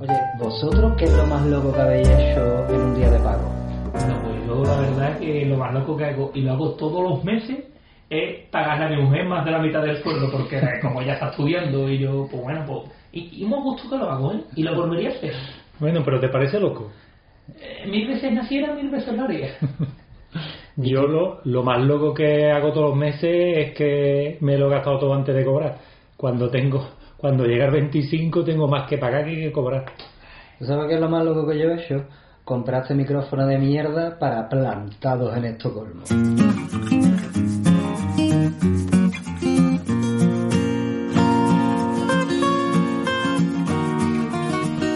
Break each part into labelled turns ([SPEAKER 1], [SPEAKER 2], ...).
[SPEAKER 1] Oye, ¿vosotros qué es lo más loco que habéis hecho en un día de pago?
[SPEAKER 2] No, pues yo la verdad es que lo más loco que hago, y lo hago todos los meses, es pagarle a mi mujer más de la mitad del sueldo, porque eh, como ella está estudiando y yo, pues bueno, pues... Y, y me gusto que lo hago, ¿eh? Y lo volvería a hacer.
[SPEAKER 3] Bueno, pero ¿te parece loco?
[SPEAKER 2] Eh, mil veces naciera, mil veces lo haría.
[SPEAKER 3] Yo lo, lo más loco que hago todos los meses es que me lo he gastado todo antes de cobrar. Cuando tengo, cuando llega el 25 tengo más que pagar que, que cobrar.
[SPEAKER 1] ¿Tú sabes qué es lo más loco que yo he hecho? Comprar este micrófono de mierda para plantados en Estocolmo.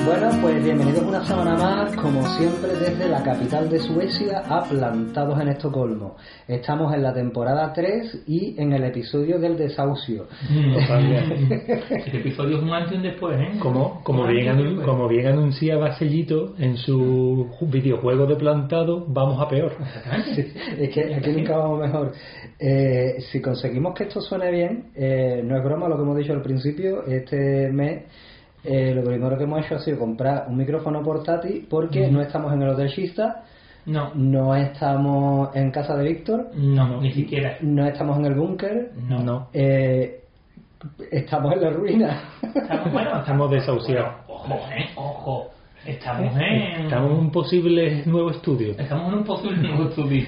[SPEAKER 1] Bueno, pues bienvenidos una semana más, como siempre, desde la capital de Suecia a Plantados en Estocolmo. Estamos en la temporada 3 y en el episodio del desahucio.
[SPEAKER 2] No sabía. Mm. El episodio es un antes y un después, ¿eh?
[SPEAKER 3] Como, como,
[SPEAKER 2] Un
[SPEAKER 3] bien,
[SPEAKER 2] antes y un
[SPEAKER 3] anun-
[SPEAKER 2] después.
[SPEAKER 3] como bien anunciaba Sellito en su videojuego de plantado, vamos a peor.
[SPEAKER 1] Es que aquí nunca vamos mejor. Eh, si conseguimos que esto suene bien, eh, no es broma lo que hemos dicho al principio, este mes eh, lo primero que hemos hecho ha sido comprar un micrófono portátil porque no estamos en el Hotel Shista,
[SPEAKER 2] No,
[SPEAKER 1] no estamos en casa de Víctor,
[SPEAKER 2] no, ni siquiera.
[SPEAKER 1] no estamos en el búnker,
[SPEAKER 2] No, no.
[SPEAKER 1] eh, estamos en la ruina.
[SPEAKER 2] Estamos, bueno,
[SPEAKER 3] Estamos desahuciados. Eh,
[SPEAKER 2] Bueno, ojo, ¿eh? Ojo. Estamos en...
[SPEAKER 3] Estamos en un posible nuevo estudio.
[SPEAKER 2] Estamos en un posible nuevo estudio.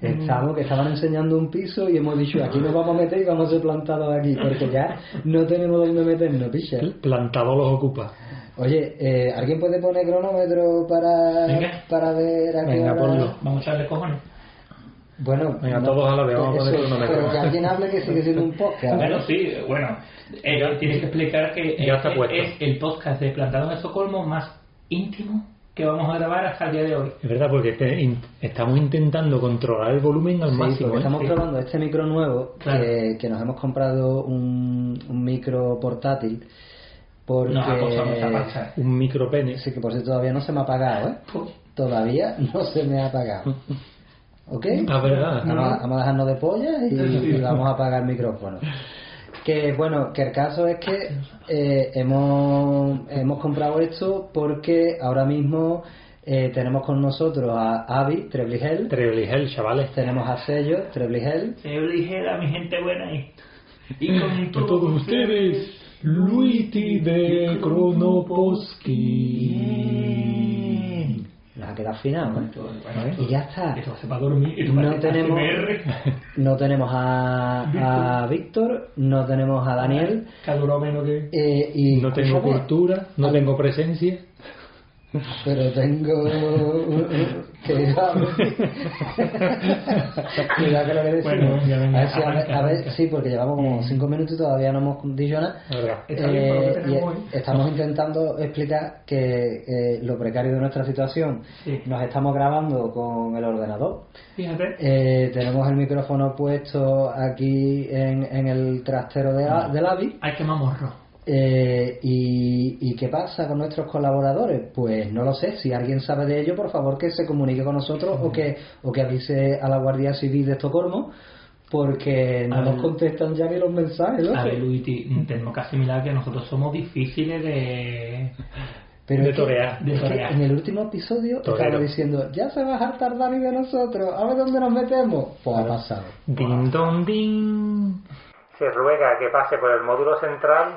[SPEAKER 1] Estamos, que estaban enseñando un piso y hemos dicho, aquí nos vamos a meter y vamos a ser plantados aquí, porque ya no tenemos dónde meternos, picha.
[SPEAKER 3] Plantado los ocupa.
[SPEAKER 1] Oye, eh, ¿alguien puede poner cronómetro para,
[SPEAKER 2] Venga.
[SPEAKER 1] para ver a qué
[SPEAKER 3] Venga,
[SPEAKER 1] hora?
[SPEAKER 3] ponlo.
[SPEAKER 2] Vamos a echarle cojones.
[SPEAKER 1] Bueno,
[SPEAKER 3] Venga, todos a la vez, vamos a
[SPEAKER 1] eso,
[SPEAKER 3] poner cronómetro.
[SPEAKER 1] Pero que alguien hable que sigue siendo un podcast.
[SPEAKER 2] Bueno, sí, bueno, eh, tienes que explicar que
[SPEAKER 3] Ya
[SPEAKER 2] eh,
[SPEAKER 3] está
[SPEAKER 2] es,
[SPEAKER 3] puesto.
[SPEAKER 2] el podcast de Plantado en Estocolmo más íntimo que vamos a grabar hasta el día de hoy.
[SPEAKER 3] Es verdad, porque te- in- estamos intentando controlar el volumen al
[SPEAKER 1] Sí,
[SPEAKER 3] máximo.
[SPEAKER 1] porque
[SPEAKER 3] ¿eh?
[SPEAKER 1] estamos
[SPEAKER 3] Sí.
[SPEAKER 1] probando este micro nuevo eh,
[SPEAKER 2] Claro.
[SPEAKER 1] que, que nos hemos comprado un, un micro portátil porque
[SPEAKER 2] Nos ha costado mucha pasta.
[SPEAKER 3] Un micropene.
[SPEAKER 1] sí que por si todavía no se me ha apagado, ¿eh?
[SPEAKER 2] Pues,
[SPEAKER 1] Todavía no se me ha apagado. ¿Ok?
[SPEAKER 3] Ah, verdad.
[SPEAKER 1] Vamos, a- vamos a dejarnos de polla y, y vamos a apagar el micrófono. Que bueno, que el caso es que eh, hemos, hemos comprado esto porque ahora mismo eh, tenemos con nosotros a Avi Trebligel,
[SPEAKER 3] Trebligel, chavales.
[SPEAKER 1] tenemos a Sello Trebligel,
[SPEAKER 2] se lo dije a mi gente buena y, y con
[SPEAKER 3] Eh, Con todos ustedes, Luiti de Kronoposki.
[SPEAKER 1] nos ha quedado afinado, ¿eh?
[SPEAKER 2] Bueno,
[SPEAKER 1] Y ya está.
[SPEAKER 2] Esto va a ser para dormir. Esto
[SPEAKER 1] No
[SPEAKER 2] parece
[SPEAKER 1] tenemos-
[SPEAKER 2] ASMR.
[SPEAKER 1] No tenemos a, a Víctor, no tenemos a Daniel.
[SPEAKER 2] Que ha durado menos que...
[SPEAKER 1] eh, y Ah.
[SPEAKER 3] No tengo
[SPEAKER 1] escúchame,
[SPEAKER 3] cultura, no tengo presencia.
[SPEAKER 1] Pero tengo. que Cuidado que lo que decimos.
[SPEAKER 2] Bueno, ya venga,
[SPEAKER 1] a ver, si- a ver-
[SPEAKER 2] arranca,
[SPEAKER 1] a ver,
[SPEAKER 2] arranca.
[SPEAKER 1] sí, porque llevamos como 5 minutos y todavía no hemos dicho nada. Eh,
[SPEAKER 3] La verdad.
[SPEAKER 2] Está bien, por lo que tenemos
[SPEAKER 1] y
[SPEAKER 2] hoy.
[SPEAKER 1] estamos intentando explicar que eh, lo precario de nuestra situación
[SPEAKER 2] Sí.
[SPEAKER 1] nos estamos grabando con el ordenador.
[SPEAKER 2] Fíjate.
[SPEAKER 1] Eh, tenemos el micrófono puesto aquí en, en el trastero de, la- del AVI.
[SPEAKER 2] Hay que mamorro.
[SPEAKER 1] Eh, y, ¿Y qué pasa con nuestros colaboradores? Pues no lo sé. Si alguien sabe de ello, por favor que se comunique con nosotros o que, o que avise a la Guardia Civil de Estocolmo, porque no
[SPEAKER 2] Al-
[SPEAKER 1] nos contestan ya ni los mensajes. ¿no?
[SPEAKER 2] A ver, Luis, ti- tenemos que asimilar que nosotros somos difíciles de...
[SPEAKER 1] Pero
[SPEAKER 3] de
[SPEAKER 1] es que-
[SPEAKER 3] torear,
[SPEAKER 2] de
[SPEAKER 1] es que
[SPEAKER 2] torear.
[SPEAKER 1] en el último episodio
[SPEAKER 3] Torero.
[SPEAKER 1] estaba diciendo, ya se va a hartar Dani de nosotros, a ver dónde nos metemos. Pues ha pasado.
[SPEAKER 3] Din don din. Se ruega que pase por el módulo central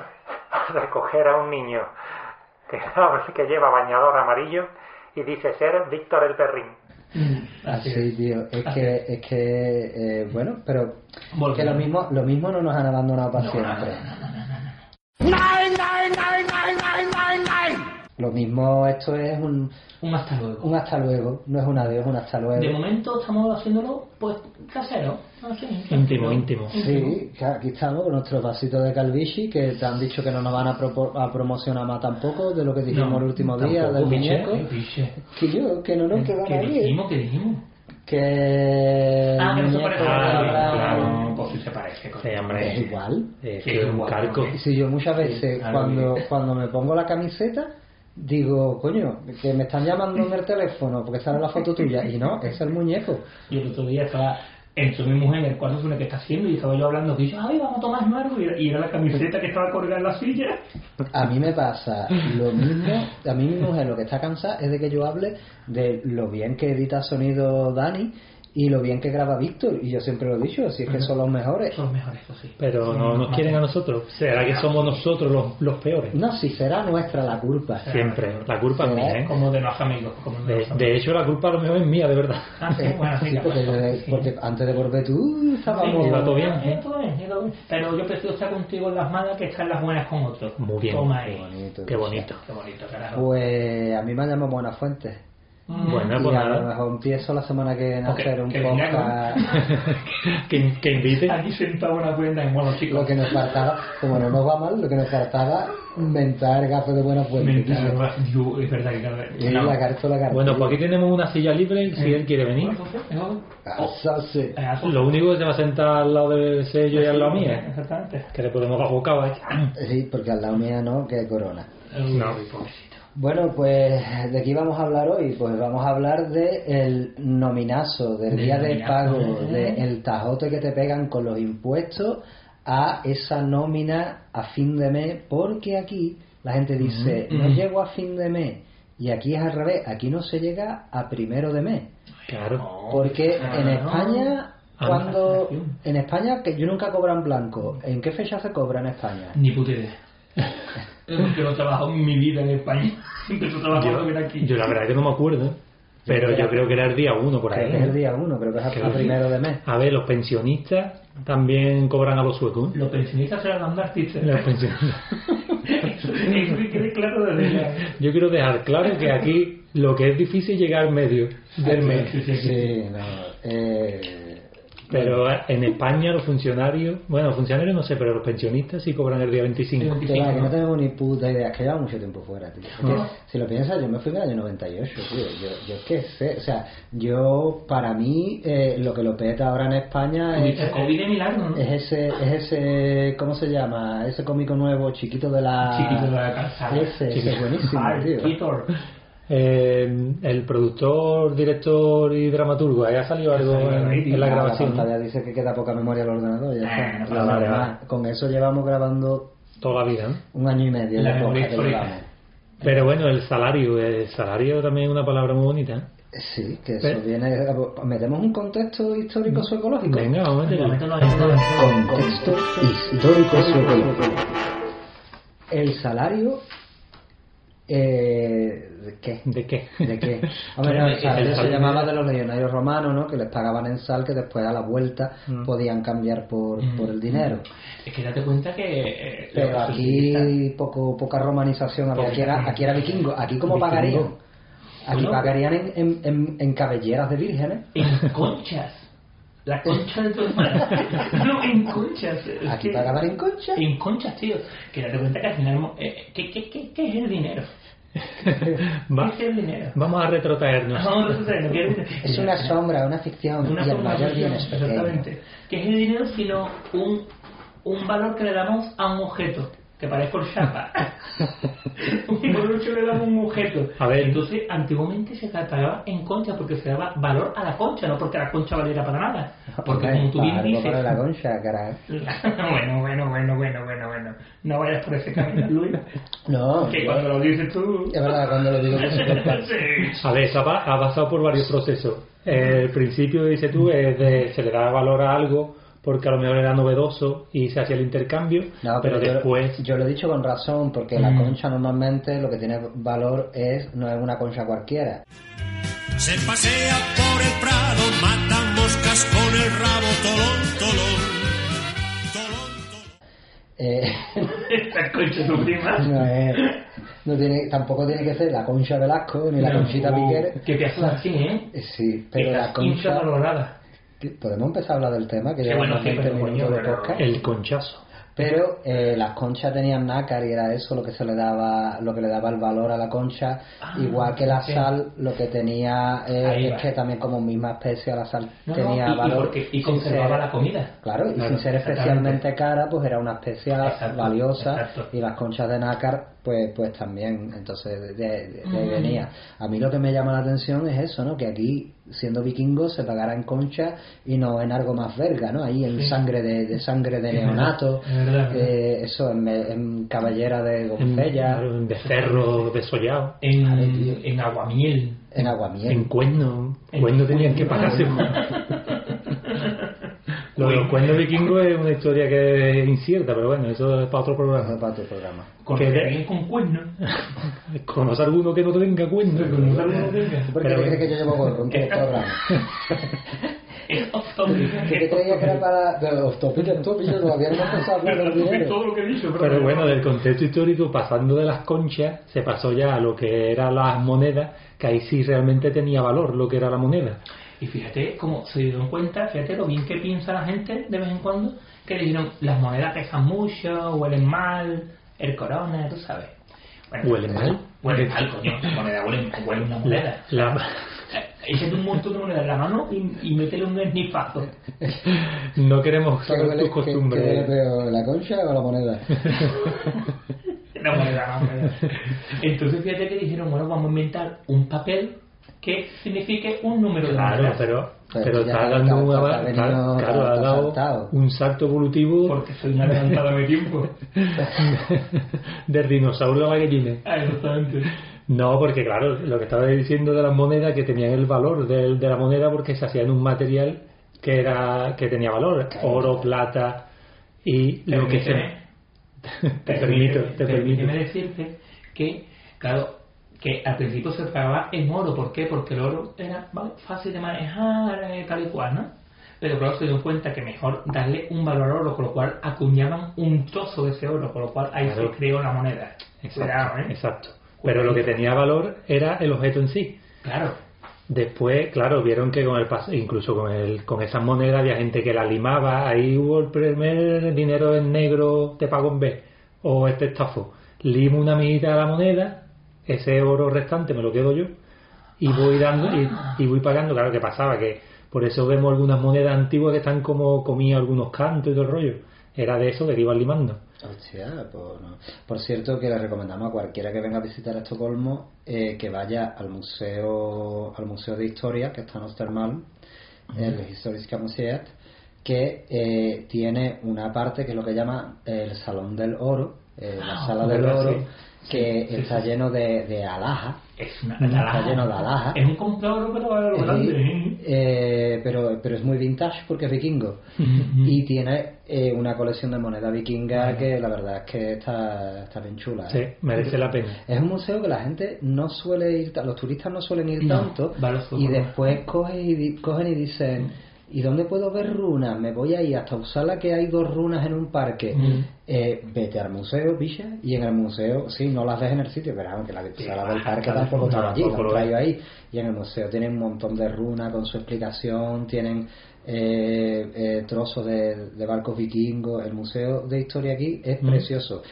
[SPEAKER 3] a recoger a un niño que, que lleva bañador amarillo y dice ser Víctor el Perrín.
[SPEAKER 2] Así
[SPEAKER 1] Sí,
[SPEAKER 2] es.
[SPEAKER 1] tío, es
[SPEAKER 2] Así
[SPEAKER 1] que, es que eh, bueno, pero
[SPEAKER 2] Volvemos.
[SPEAKER 1] que lo mismo, lo mismo no nos han abandonado para siempre. Lo mismo, esto es un,
[SPEAKER 2] Un hasta luego.
[SPEAKER 1] un hasta luego, no es un adiós, es un hasta luego.
[SPEAKER 2] De momento estamos haciéndolo, pues, casero. Ah, Así,
[SPEAKER 4] Íntimo, íntimo.
[SPEAKER 1] Sí, que aquí estamos con nuestros vasitos de Calvici que te han dicho que no nos van a, propo- a promocionar más tampoco de lo que dijimos
[SPEAKER 2] No,
[SPEAKER 1] el último
[SPEAKER 2] Mm, tampoco,
[SPEAKER 1] día del
[SPEAKER 2] piche,
[SPEAKER 1] muñeco.
[SPEAKER 2] piche.
[SPEAKER 1] Que yo, que no nos quedan
[SPEAKER 2] ¿Qué
[SPEAKER 1] ahí.
[SPEAKER 2] Eh,
[SPEAKER 1] ¿eh?
[SPEAKER 2] dijimos? ¿Qué dijimos?
[SPEAKER 1] Que.
[SPEAKER 2] Ah, que no se
[SPEAKER 1] muñeco
[SPEAKER 2] parece.
[SPEAKER 4] habrá-
[SPEAKER 2] Claro, pues sí se parece. coño.
[SPEAKER 4] Sí,
[SPEAKER 1] Es
[SPEAKER 4] Eh, hombre. eh,
[SPEAKER 1] igual.
[SPEAKER 4] Es
[SPEAKER 2] Sí,
[SPEAKER 4] que es un
[SPEAKER 2] guapo,
[SPEAKER 4] calco.
[SPEAKER 2] hombre.
[SPEAKER 1] Si yo muchas veces,
[SPEAKER 2] claro,
[SPEAKER 1] cuando, cuando me pongo la camiseta, digo, coño, que me están llamando en el teléfono porque sale la foto tuya. Y no, es el muñeco.
[SPEAKER 2] Y el otro día estaba, entró mi mujer en el cuarto de que está haciendo y estaba yo hablando. Y yo, ay, vamos a tomar algo. Y y era la camiseta que estaba colgada en la silla.
[SPEAKER 1] A mí me pasa lo mismo. A mí mi mujer lo que está cansada es de que yo hable de lo bien que edita sonido Dani y lo bien que graba Víctor. Y yo siempre lo he dicho, si es que son los mejores.
[SPEAKER 2] Son los mejores, eso sí.
[SPEAKER 4] Pero no nos quieren a nosotros. ¿Será que somos nosotros los, los peores?
[SPEAKER 1] No, si será nuestra la culpa.
[SPEAKER 4] Siempre. La culpa es
[SPEAKER 1] Sí,
[SPEAKER 4] mía, ¿eh?
[SPEAKER 2] Como de los amigos. Como de,
[SPEAKER 4] De,
[SPEAKER 2] los amigos.
[SPEAKER 4] de hecho, la culpa a lo mejor es mía, de verdad.
[SPEAKER 2] Ah, sí, bueno, sí,
[SPEAKER 1] Sí, porque, porque antes de volver tú
[SPEAKER 4] Sí, iba
[SPEAKER 1] estábamos...
[SPEAKER 4] todo bien.
[SPEAKER 2] Eh, todo bien, eh, todo bien. Pero yo prefiero estar contigo en las malas que estar en las buenas con otros.
[SPEAKER 4] Muy bien.
[SPEAKER 2] Toma ahí.
[SPEAKER 1] Qué bonito.
[SPEAKER 4] Qué bonito.
[SPEAKER 2] Qué bonito, carajo.
[SPEAKER 1] Pues a mí me llaman Buenas Fuentes.
[SPEAKER 2] Mm.
[SPEAKER 4] Bueno,
[SPEAKER 1] Y
[SPEAKER 4] pues
[SPEAKER 1] a lo
[SPEAKER 4] nada.
[SPEAKER 1] mejor empiezo la semana que viene a
[SPEAKER 2] Ok,
[SPEAKER 1] hacer un
[SPEAKER 2] que venga, ¿no?
[SPEAKER 1] podcast...
[SPEAKER 4] que, que invite.
[SPEAKER 2] Aquí sentado una cuenta en bueno, chicos.
[SPEAKER 1] Lo que nos faltaba, como no nos va mal, lo que nos faltaba, inventar gafas de buena fuente.
[SPEAKER 2] Mentira,
[SPEAKER 1] tío.
[SPEAKER 2] yo- es verdad que cada vez.
[SPEAKER 1] Y la cartola cartola.
[SPEAKER 4] Bueno, pues aquí tenemos una silla libre si él quiere venir.
[SPEAKER 1] Ah, sí.
[SPEAKER 2] Ah, sí.
[SPEAKER 4] Lo único que se va a sentar al lado del sello y al lado mío. ¿eh?
[SPEAKER 2] Exactamente.
[SPEAKER 4] Que le podemos dar bocado. ¿eh?
[SPEAKER 1] Sí, porque al lado mía no, que corona.
[SPEAKER 2] No, pobrecito.
[SPEAKER 1] Bueno, pues de qué vamos a hablar hoy? Pues vamos a hablar de el nominazo, del
[SPEAKER 2] Del
[SPEAKER 1] día de
[SPEAKER 2] nominazo.
[SPEAKER 1] pago, del tajote que te pegan con los impuestos a esa nómina a fin de mes, porque aquí la gente dice, no llego a fin de mes, y aquí es al revés, aquí no se llega a primero de mes.
[SPEAKER 4] Claro.
[SPEAKER 1] Porque
[SPEAKER 2] Ah,
[SPEAKER 1] en
[SPEAKER 2] no.
[SPEAKER 1] España,
[SPEAKER 4] Ah,
[SPEAKER 1] cuando.
[SPEAKER 2] inflación.
[SPEAKER 1] En España, que yo nunca he cobrado en blanco. ¿En qué fecha se cobra en España?
[SPEAKER 2] Ni puta idea. Yo no he trabajado en mi vida en España. Empezó trabajando mira aquí.
[SPEAKER 4] Yo la verdad es que no me acuerdo. ¿eh? Pero yo creo que era el día uno por
[SPEAKER 1] Creo
[SPEAKER 4] ahí.
[SPEAKER 1] que es el
[SPEAKER 4] ¿eh?
[SPEAKER 1] día 1, creo que es a-
[SPEAKER 4] Creo
[SPEAKER 1] a
[SPEAKER 4] que-
[SPEAKER 1] primero de mes.
[SPEAKER 4] A ver, los pensionistas también cobran a los suecos. ¿eh?
[SPEAKER 2] Los pensionistas serán los artistas.
[SPEAKER 4] Los pensionistas.
[SPEAKER 2] Eso que quede claro desde
[SPEAKER 1] Eh,
[SPEAKER 2] ya.
[SPEAKER 4] Yo quiero dejar claro que aquí lo que es difícil es llegar al medio del mes.
[SPEAKER 2] Sí, sí, sí.
[SPEAKER 1] Sí, no. eh,
[SPEAKER 4] Pero en España los funcionarios, bueno, los funcionarios no sé, pero los pensionistas sí cobran el día 25.
[SPEAKER 1] que va, que no tengo ni puta idea, es que llevo mucho tiempo fuera, tío. Es que, si lo piensas, yo me fui en el año 98, tío. Yo, yo qué sé, o sea, yo, para mí, eh, lo que lo peta ahora en España es,
[SPEAKER 2] Tuviste COVID de milagro, ¿no?
[SPEAKER 1] es ese, es ese, ¿cómo se llama? Ese cómico nuevo, chiquito de la...
[SPEAKER 2] Chiquito de la calzada.
[SPEAKER 1] Ese, ese es buenísimo,
[SPEAKER 2] Ah,
[SPEAKER 1] tío.
[SPEAKER 2] Kitor.
[SPEAKER 4] Eh, el productor, director y dramaturgo, ahí ha salido algo en, en la
[SPEAKER 1] Ah,
[SPEAKER 4] grabación.
[SPEAKER 1] pantalla dice que queda poca memoria del ordenador. ya está.
[SPEAKER 2] Eh, no pasa
[SPEAKER 1] Lo
[SPEAKER 4] nada.
[SPEAKER 1] normal. Con eso llevamos grabando
[SPEAKER 4] Toda la vida. ¿no?
[SPEAKER 1] un año y medio.
[SPEAKER 2] La
[SPEAKER 1] de podcast
[SPEAKER 2] memoria
[SPEAKER 1] que
[SPEAKER 2] histórica.
[SPEAKER 1] llevamos.
[SPEAKER 4] Pero bueno, el salario, el salario también es una palabra muy bonita.
[SPEAKER 1] Sí, que eso
[SPEAKER 4] Pero- Mm.
[SPEAKER 1] viene. Metemos un contexto histórico suecológico.
[SPEAKER 4] Venga, vamos a
[SPEAKER 2] De momento
[SPEAKER 4] meterlo.
[SPEAKER 2] no hay nada.
[SPEAKER 1] Contexto histórico suecológico. El salario. Eh, ¿De qué?
[SPEAKER 4] ¿De qué?
[SPEAKER 1] ¿De qué? Hombre, no, el salario se
[SPEAKER 4] salario.
[SPEAKER 1] llamaba de los legionarios romanos, ¿no? Que les pagaban en sal, que después a la vuelta
[SPEAKER 4] Mm.
[SPEAKER 1] podían cambiar por, por el dinero.
[SPEAKER 2] Es que date cuenta que. eh,
[SPEAKER 1] Pero
[SPEAKER 2] los
[SPEAKER 1] aquí poco, poca romanización había. Aquí era, aquí era vikingo. Aquí como
[SPEAKER 4] Vikingo.
[SPEAKER 1] pagarían. Aquí
[SPEAKER 2] Bueno.
[SPEAKER 1] pagarían en, en, en, en cabelleras de vírgenes.
[SPEAKER 2] En conchas. La concha de tu hermana. No, en conchas. Es
[SPEAKER 1] Aquí
[SPEAKER 2] que-
[SPEAKER 1] pagaban en concha.
[SPEAKER 2] En conchas, tío. Que date cuenta que al final. hemos- eh, ¿qué, qué, qué, qué es el dinero?
[SPEAKER 4] ¿eh? Va-
[SPEAKER 2] ¿Qué es el dinero?
[SPEAKER 4] vamos a retrotraernos.
[SPEAKER 2] No, no sé, no quiero decir-
[SPEAKER 1] Es una sombra, una ficción.
[SPEAKER 2] Una
[SPEAKER 1] y el
[SPEAKER 2] forma
[SPEAKER 1] mayor
[SPEAKER 2] de-
[SPEAKER 1] bien es pequeño.
[SPEAKER 2] Exactamente. Que es el dinero, sino un, un valor que le damos a un objeto. Que parezco el chapa. un valor que le damos a un objeto.
[SPEAKER 4] A ver.
[SPEAKER 2] Entonces, antiguamente se pagaba en concha porque se daba valor a la concha, no porque la concha valiera para nada. Porque
[SPEAKER 1] Hombre,
[SPEAKER 2] como tú bien
[SPEAKER 1] para algo
[SPEAKER 2] dices.
[SPEAKER 1] para la concha, cara.
[SPEAKER 2] bueno, bueno, bueno, bueno, bueno, bueno. No vayas por ese camino, Luis.
[SPEAKER 1] No,
[SPEAKER 2] Que
[SPEAKER 1] yo-
[SPEAKER 2] cuando lo dices tú.
[SPEAKER 1] es verdad, cuando lo digo que se corta.
[SPEAKER 2] Sí.
[SPEAKER 4] A ver, esa va- ha pasado por varios procesos. El principio, dice tú, es de, se le da valor a algo porque a lo mejor era novedoso y se hacía el intercambio,
[SPEAKER 1] No,
[SPEAKER 4] pero,
[SPEAKER 1] yo-
[SPEAKER 4] después
[SPEAKER 1] Yo, lo he dicho con razón, porque
[SPEAKER 2] Mm.
[SPEAKER 1] la concha normalmente lo que tiene valor es, no es una concha cualquiera.
[SPEAKER 5] Se pasea por el prado, mata moscas con el rabo, tolón, tolón. Tolón, tolón.
[SPEAKER 1] Eh,
[SPEAKER 2] Esta concha de tu prima.
[SPEAKER 1] no es, no tiene, tampoco tiene que ser la concha Velasco ni la
[SPEAKER 2] No,
[SPEAKER 1] conchita Piquer.
[SPEAKER 2] Que te haces así, ¿eh?
[SPEAKER 1] Eh, Sí, pero la
[SPEAKER 2] concha
[SPEAKER 1] concha.
[SPEAKER 2] valorada.
[SPEAKER 1] Podemos empezar a hablar del tema, que
[SPEAKER 2] Qué
[SPEAKER 1] llevamos
[SPEAKER 2] bueno, sí,
[SPEAKER 1] 20
[SPEAKER 2] pero coño,
[SPEAKER 1] minutos de
[SPEAKER 2] pero-
[SPEAKER 1] podcast.
[SPEAKER 4] El conchazo.
[SPEAKER 1] Pero eh, las conchas tenían nácar y era eso lo que se le daba, lo que le daba el valor a la concha,
[SPEAKER 2] Ah,
[SPEAKER 1] igual que la
[SPEAKER 2] ok.
[SPEAKER 1] sal, lo que tenía eh,
[SPEAKER 2] Ahí
[SPEAKER 1] es
[SPEAKER 2] va.
[SPEAKER 1] que también como misma especie a la sal
[SPEAKER 2] No, no,
[SPEAKER 1] tenía
[SPEAKER 2] y- y,
[SPEAKER 1] valor.
[SPEAKER 2] porque-
[SPEAKER 1] sin
[SPEAKER 2] y conservaba
[SPEAKER 1] ser-
[SPEAKER 2] la comida.
[SPEAKER 1] Claro, y
[SPEAKER 2] Claro,
[SPEAKER 1] sin ser
[SPEAKER 2] exactamente.
[SPEAKER 1] especialmente cara, pues era una especie
[SPEAKER 2] Exacto,
[SPEAKER 1] valiosa
[SPEAKER 2] exacto.
[SPEAKER 1] y las conchas de nácar, pues, pues también, entonces de, de- de ahí
[SPEAKER 2] Mm.
[SPEAKER 1] venía. A mí lo que me llama la atención es eso, ¿no? Que aquí, siendo vikingos, se pagara en concha y no en algo más verga, ¿no? Ahí en
[SPEAKER 2] Sí.
[SPEAKER 1] sangre de, de sangre de
[SPEAKER 2] Es verdad,
[SPEAKER 1] neonato,
[SPEAKER 2] es verdad, es
[SPEAKER 1] eh, eso en, en caballera de
[SPEAKER 4] En,
[SPEAKER 1] doncella,
[SPEAKER 4] claro, en becerro desollado.
[SPEAKER 1] Ay,
[SPEAKER 2] En,
[SPEAKER 1] tío.
[SPEAKER 2] en aguamiel.
[SPEAKER 1] en aguamiel.
[SPEAKER 4] En cuerno.
[SPEAKER 2] En
[SPEAKER 4] Cuerno tenían que
[SPEAKER 2] cuerno.
[SPEAKER 4] pagarse. Lo de los cuernos vikingos es una historia que es incierta, pero bueno, eso es para otro programa.
[SPEAKER 1] Para tu programa.
[SPEAKER 2] Con
[SPEAKER 4] Que-
[SPEAKER 2] bien con cuernos.
[SPEAKER 4] Conoce alguno que no tenga cuerno.
[SPEAKER 2] Conoce alguno que tenga.
[SPEAKER 1] ¿Por qué
[SPEAKER 4] Pero
[SPEAKER 1] te crees que yo llevo gorro en
[SPEAKER 2] ¿Qué?
[SPEAKER 1] todo el programa?
[SPEAKER 2] Es off-topic.
[SPEAKER 1] ¿Qué te creías que era para...? Pero, off topic, off topic, yo todavía no he empezado a hablar
[SPEAKER 2] Pero
[SPEAKER 1] del
[SPEAKER 2] off-topic
[SPEAKER 1] dinero.
[SPEAKER 2] todo lo que he dicho, bro.
[SPEAKER 4] Pero bueno, del contexto histórico, pasando de las conchas, se pasó ya a lo que eran las monedas, que ahí sí realmente tenía valor lo que era la moneda.
[SPEAKER 2] Y fíjate cómo se dieron cuenta, fíjate lo bien que piensa la gente de vez en cuando, que dijeron, las monedas pesan mucho, huelen mal, el corona, tú sabes. Bueno,
[SPEAKER 4] ¿Huelen mal?
[SPEAKER 2] Huelen mal, coño, la moneda huele, huele una moneda.
[SPEAKER 4] La-
[SPEAKER 2] Eh, Échate un montón de monedas en la mano y, y métele un esnifazo.
[SPEAKER 4] no queremos
[SPEAKER 1] ¿Qué
[SPEAKER 4] saber
[SPEAKER 1] huele-
[SPEAKER 4] tus
[SPEAKER 1] qué- qué huele
[SPEAKER 4] costumbres.
[SPEAKER 1] peor, la concha o la moneda?
[SPEAKER 2] La moneda, la moneda. Entonces fíjate que dijeron, bueno, vamos a inventar un papel que signifique un número de
[SPEAKER 4] Claro,
[SPEAKER 2] monedas.
[SPEAKER 4] pero,
[SPEAKER 1] Pero
[SPEAKER 4] pero
[SPEAKER 1] ya
[SPEAKER 4] está
[SPEAKER 1] está-
[SPEAKER 4] dando un
[SPEAKER 1] está
[SPEAKER 4] ava-
[SPEAKER 1] venido-
[SPEAKER 4] claro,
[SPEAKER 1] está-
[SPEAKER 4] ha
[SPEAKER 1] está
[SPEAKER 4] dado
[SPEAKER 1] saltado.
[SPEAKER 4] un salto evolutivo
[SPEAKER 2] Porque soy una adelantada de tiempo.
[SPEAKER 4] del dinosaurio a la gallina.
[SPEAKER 2] Ah, Exactamente.
[SPEAKER 4] No, porque claro, lo que estaba diciendo de las monedas que tenían el valor del- de, la moneda porque se hacía en un material que era que tenía valor, oro, plata y lo que
[SPEAKER 2] Permíteme.
[SPEAKER 4] sea. Te permito, te permito.
[SPEAKER 2] Permíteme decirte que, claro, que al principio se pagaba en oro. ¿Por qué? Porque el oro era vale, fácil de manejar, eh, tal y cual, ¿no? Pero claro, se dieron cuenta que mejor darle un valor al oro, con lo cual acuñaban un trozo de ese oro, con lo cual ahí
[SPEAKER 4] Claro.
[SPEAKER 2] se creó la moneda.
[SPEAKER 4] Exacto,
[SPEAKER 2] Cuidado, ¿eh?
[SPEAKER 4] exacto. Pero lo que tenía valor era el objeto en sí.
[SPEAKER 2] Claro.
[SPEAKER 4] Después, claro, vieron que con el pas- incluso con el, con esas monedas había gente que la limaba. Ahí hubo el primer dinero en negro, te pago en B, o este estafo. Limo una mijita a la moneda, ese oro restante me lo quedo yo, y voy dando, y, y voy pagando. Claro que pasaba, que por eso vemos algunas monedas antiguas que están como comía algunos cantos y todo el rollo. Era de eso de que iban limando.
[SPEAKER 1] Hostia, pues no. Por cierto, que le recomendamos a cualquiera que venga a visitar Estocolmo eh, que vaya al museo al museo de historia que está en Östermalm, el Historiska Museet, que eh, tiene una parte que es lo que llama el Salón del Oro, eh, la
[SPEAKER 2] Ah,
[SPEAKER 1] Sala del
[SPEAKER 4] ¿verdad?
[SPEAKER 1] Oro,
[SPEAKER 4] Sí.
[SPEAKER 1] que
[SPEAKER 4] Sí, sí,
[SPEAKER 1] está
[SPEAKER 4] sí.
[SPEAKER 1] lleno de, de alhajas
[SPEAKER 2] Es una
[SPEAKER 1] Está
[SPEAKER 2] alhaja.
[SPEAKER 1] lleno de alhaja.
[SPEAKER 2] Es un comprador, pero a lo
[SPEAKER 1] Sí,
[SPEAKER 2] grande.
[SPEAKER 1] eh, pero, pero es muy vintage porque es vikingo. Y tiene eh, una colección de moneda vikinga que la verdad es que está, está bien chula.
[SPEAKER 4] Sí,
[SPEAKER 1] ¿eh?
[SPEAKER 4] merece la pena.
[SPEAKER 1] Es un museo que la gente no suele ir, ta- los turistas no suelen ir
[SPEAKER 2] No,
[SPEAKER 1] tanto.
[SPEAKER 2] va a los
[SPEAKER 1] y
[SPEAKER 2] ojos.
[SPEAKER 1] después cogen y, di- cogen y dicen, ¿y dónde puedo ver runas? Me voy a ir hasta Usala que hay dos runas en un parque.
[SPEAKER 2] Mm.
[SPEAKER 1] Eh, vete al museo, Villa, y en el museo, sí, no las ves en el sitio, pero aunque la de Usala
[SPEAKER 2] va,
[SPEAKER 1] del parque
[SPEAKER 2] claro,
[SPEAKER 1] tampoco estaba
[SPEAKER 4] no,
[SPEAKER 1] allí,
[SPEAKER 4] tampoco
[SPEAKER 1] la han
[SPEAKER 4] lo
[SPEAKER 1] traído ahí. Y en el museo tienen un montón de runas con su explicación, tienen eh, eh, trozos de, de barcos vikingos. El museo de historia aquí es precioso.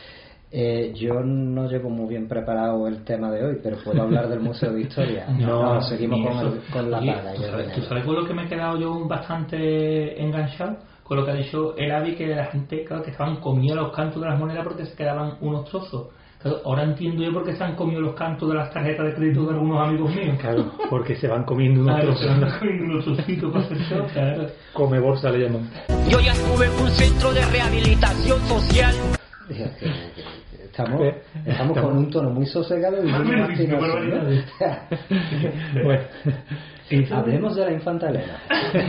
[SPEAKER 1] Eh, yo no llevo muy bien preparado el tema de hoy, pero puedo hablar del Museo de Historia. No, seguimos
[SPEAKER 2] ni
[SPEAKER 1] con,
[SPEAKER 2] eso.
[SPEAKER 1] el- con la
[SPEAKER 2] Oye,
[SPEAKER 1] paga. y
[SPEAKER 2] ¿tú
[SPEAKER 1] el
[SPEAKER 2] sabes,
[SPEAKER 1] dinero.
[SPEAKER 2] tú sabes con lo que me he quedado yo bastante enganchado? Con lo que ha dicho el Avi, que la gente, claro, que estaban comiendo los cantos de las monedas porque se quedaban unos trozos. Claro, ahora entiendo yo por qué se han comido los cantos de las tarjetas de crédito de algunos amigos míos.
[SPEAKER 4] Claro, porque se van comiendo unos
[SPEAKER 2] Claro, se
[SPEAKER 4] trozos.
[SPEAKER 2] han comido unos trocitos para hacer show, claro.
[SPEAKER 4] Come bolsa le llaman.
[SPEAKER 6] Yo ya estuve en un centro de rehabilitación social.
[SPEAKER 1] Estamos,
[SPEAKER 4] Eh,
[SPEAKER 1] estamos con un tono muy sosegado y muy
[SPEAKER 2] Pero, qué
[SPEAKER 1] mastinoso, ¿no?
[SPEAKER 4] Bueno.
[SPEAKER 1] Hablemos de la infanta Elena.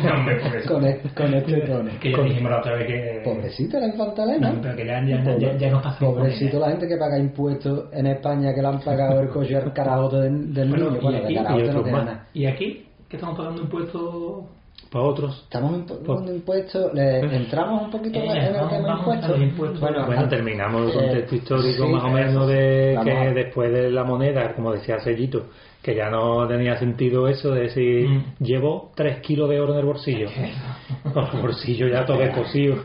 [SPEAKER 2] No, hombre, porque es
[SPEAKER 1] Con, e- con este tono.
[SPEAKER 2] que ya dijimos la otra vez que...
[SPEAKER 1] Pobrecita la infanta Elena.
[SPEAKER 2] No, pero que ya, ya, ya, ya, ya nos pasamos con
[SPEAKER 1] Pobrecito
[SPEAKER 2] ella.
[SPEAKER 1] la gente que paga impuestos en España que le han pagado el coche al carajote del, del
[SPEAKER 2] Bueno,
[SPEAKER 1] niño.
[SPEAKER 2] y
[SPEAKER 1] Bueno, de
[SPEAKER 2] aquí- y
[SPEAKER 1] carajote no
[SPEAKER 4] otros
[SPEAKER 1] tiene
[SPEAKER 4] más.
[SPEAKER 1] nada.
[SPEAKER 2] Y aquí, que estamos pagando impuestos
[SPEAKER 4] para otros.
[SPEAKER 1] Estamos un po-
[SPEAKER 4] Por-
[SPEAKER 1] con impuestos, le- entramos un poquito
[SPEAKER 2] Pues- Eh,
[SPEAKER 1] en el
[SPEAKER 2] vamos-
[SPEAKER 1] tema de
[SPEAKER 2] vamos a
[SPEAKER 1] impuestos.
[SPEAKER 2] los impuestos.
[SPEAKER 4] Bueno,
[SPEAKER 1] ah,
[SPEAKER 4] terminamos el
[SPEAKER 1] eh,
[SPEAKER 4] contexto histórico
[SPEAKER 1] sí, eh,
[SPEAKER 4] más o
[SPEAKER 1] eso
[SPEAKER 4] menos
[SPEAKER 1] sí.
[SPEAKER 4] de
[SPEAKER 1] Vamos
[SPEAKER 4] que
[SPEAKER 1] a-
[SPEAKER 4] después de la moneda, como decía Sellito, que ya no tenía sentido eso de decir,
[SPEAKER 2] Mm.
[SPEAKER 4] llevo 3 kilos de oro en el bolsillo. Con el bolsillo ya todo descosido,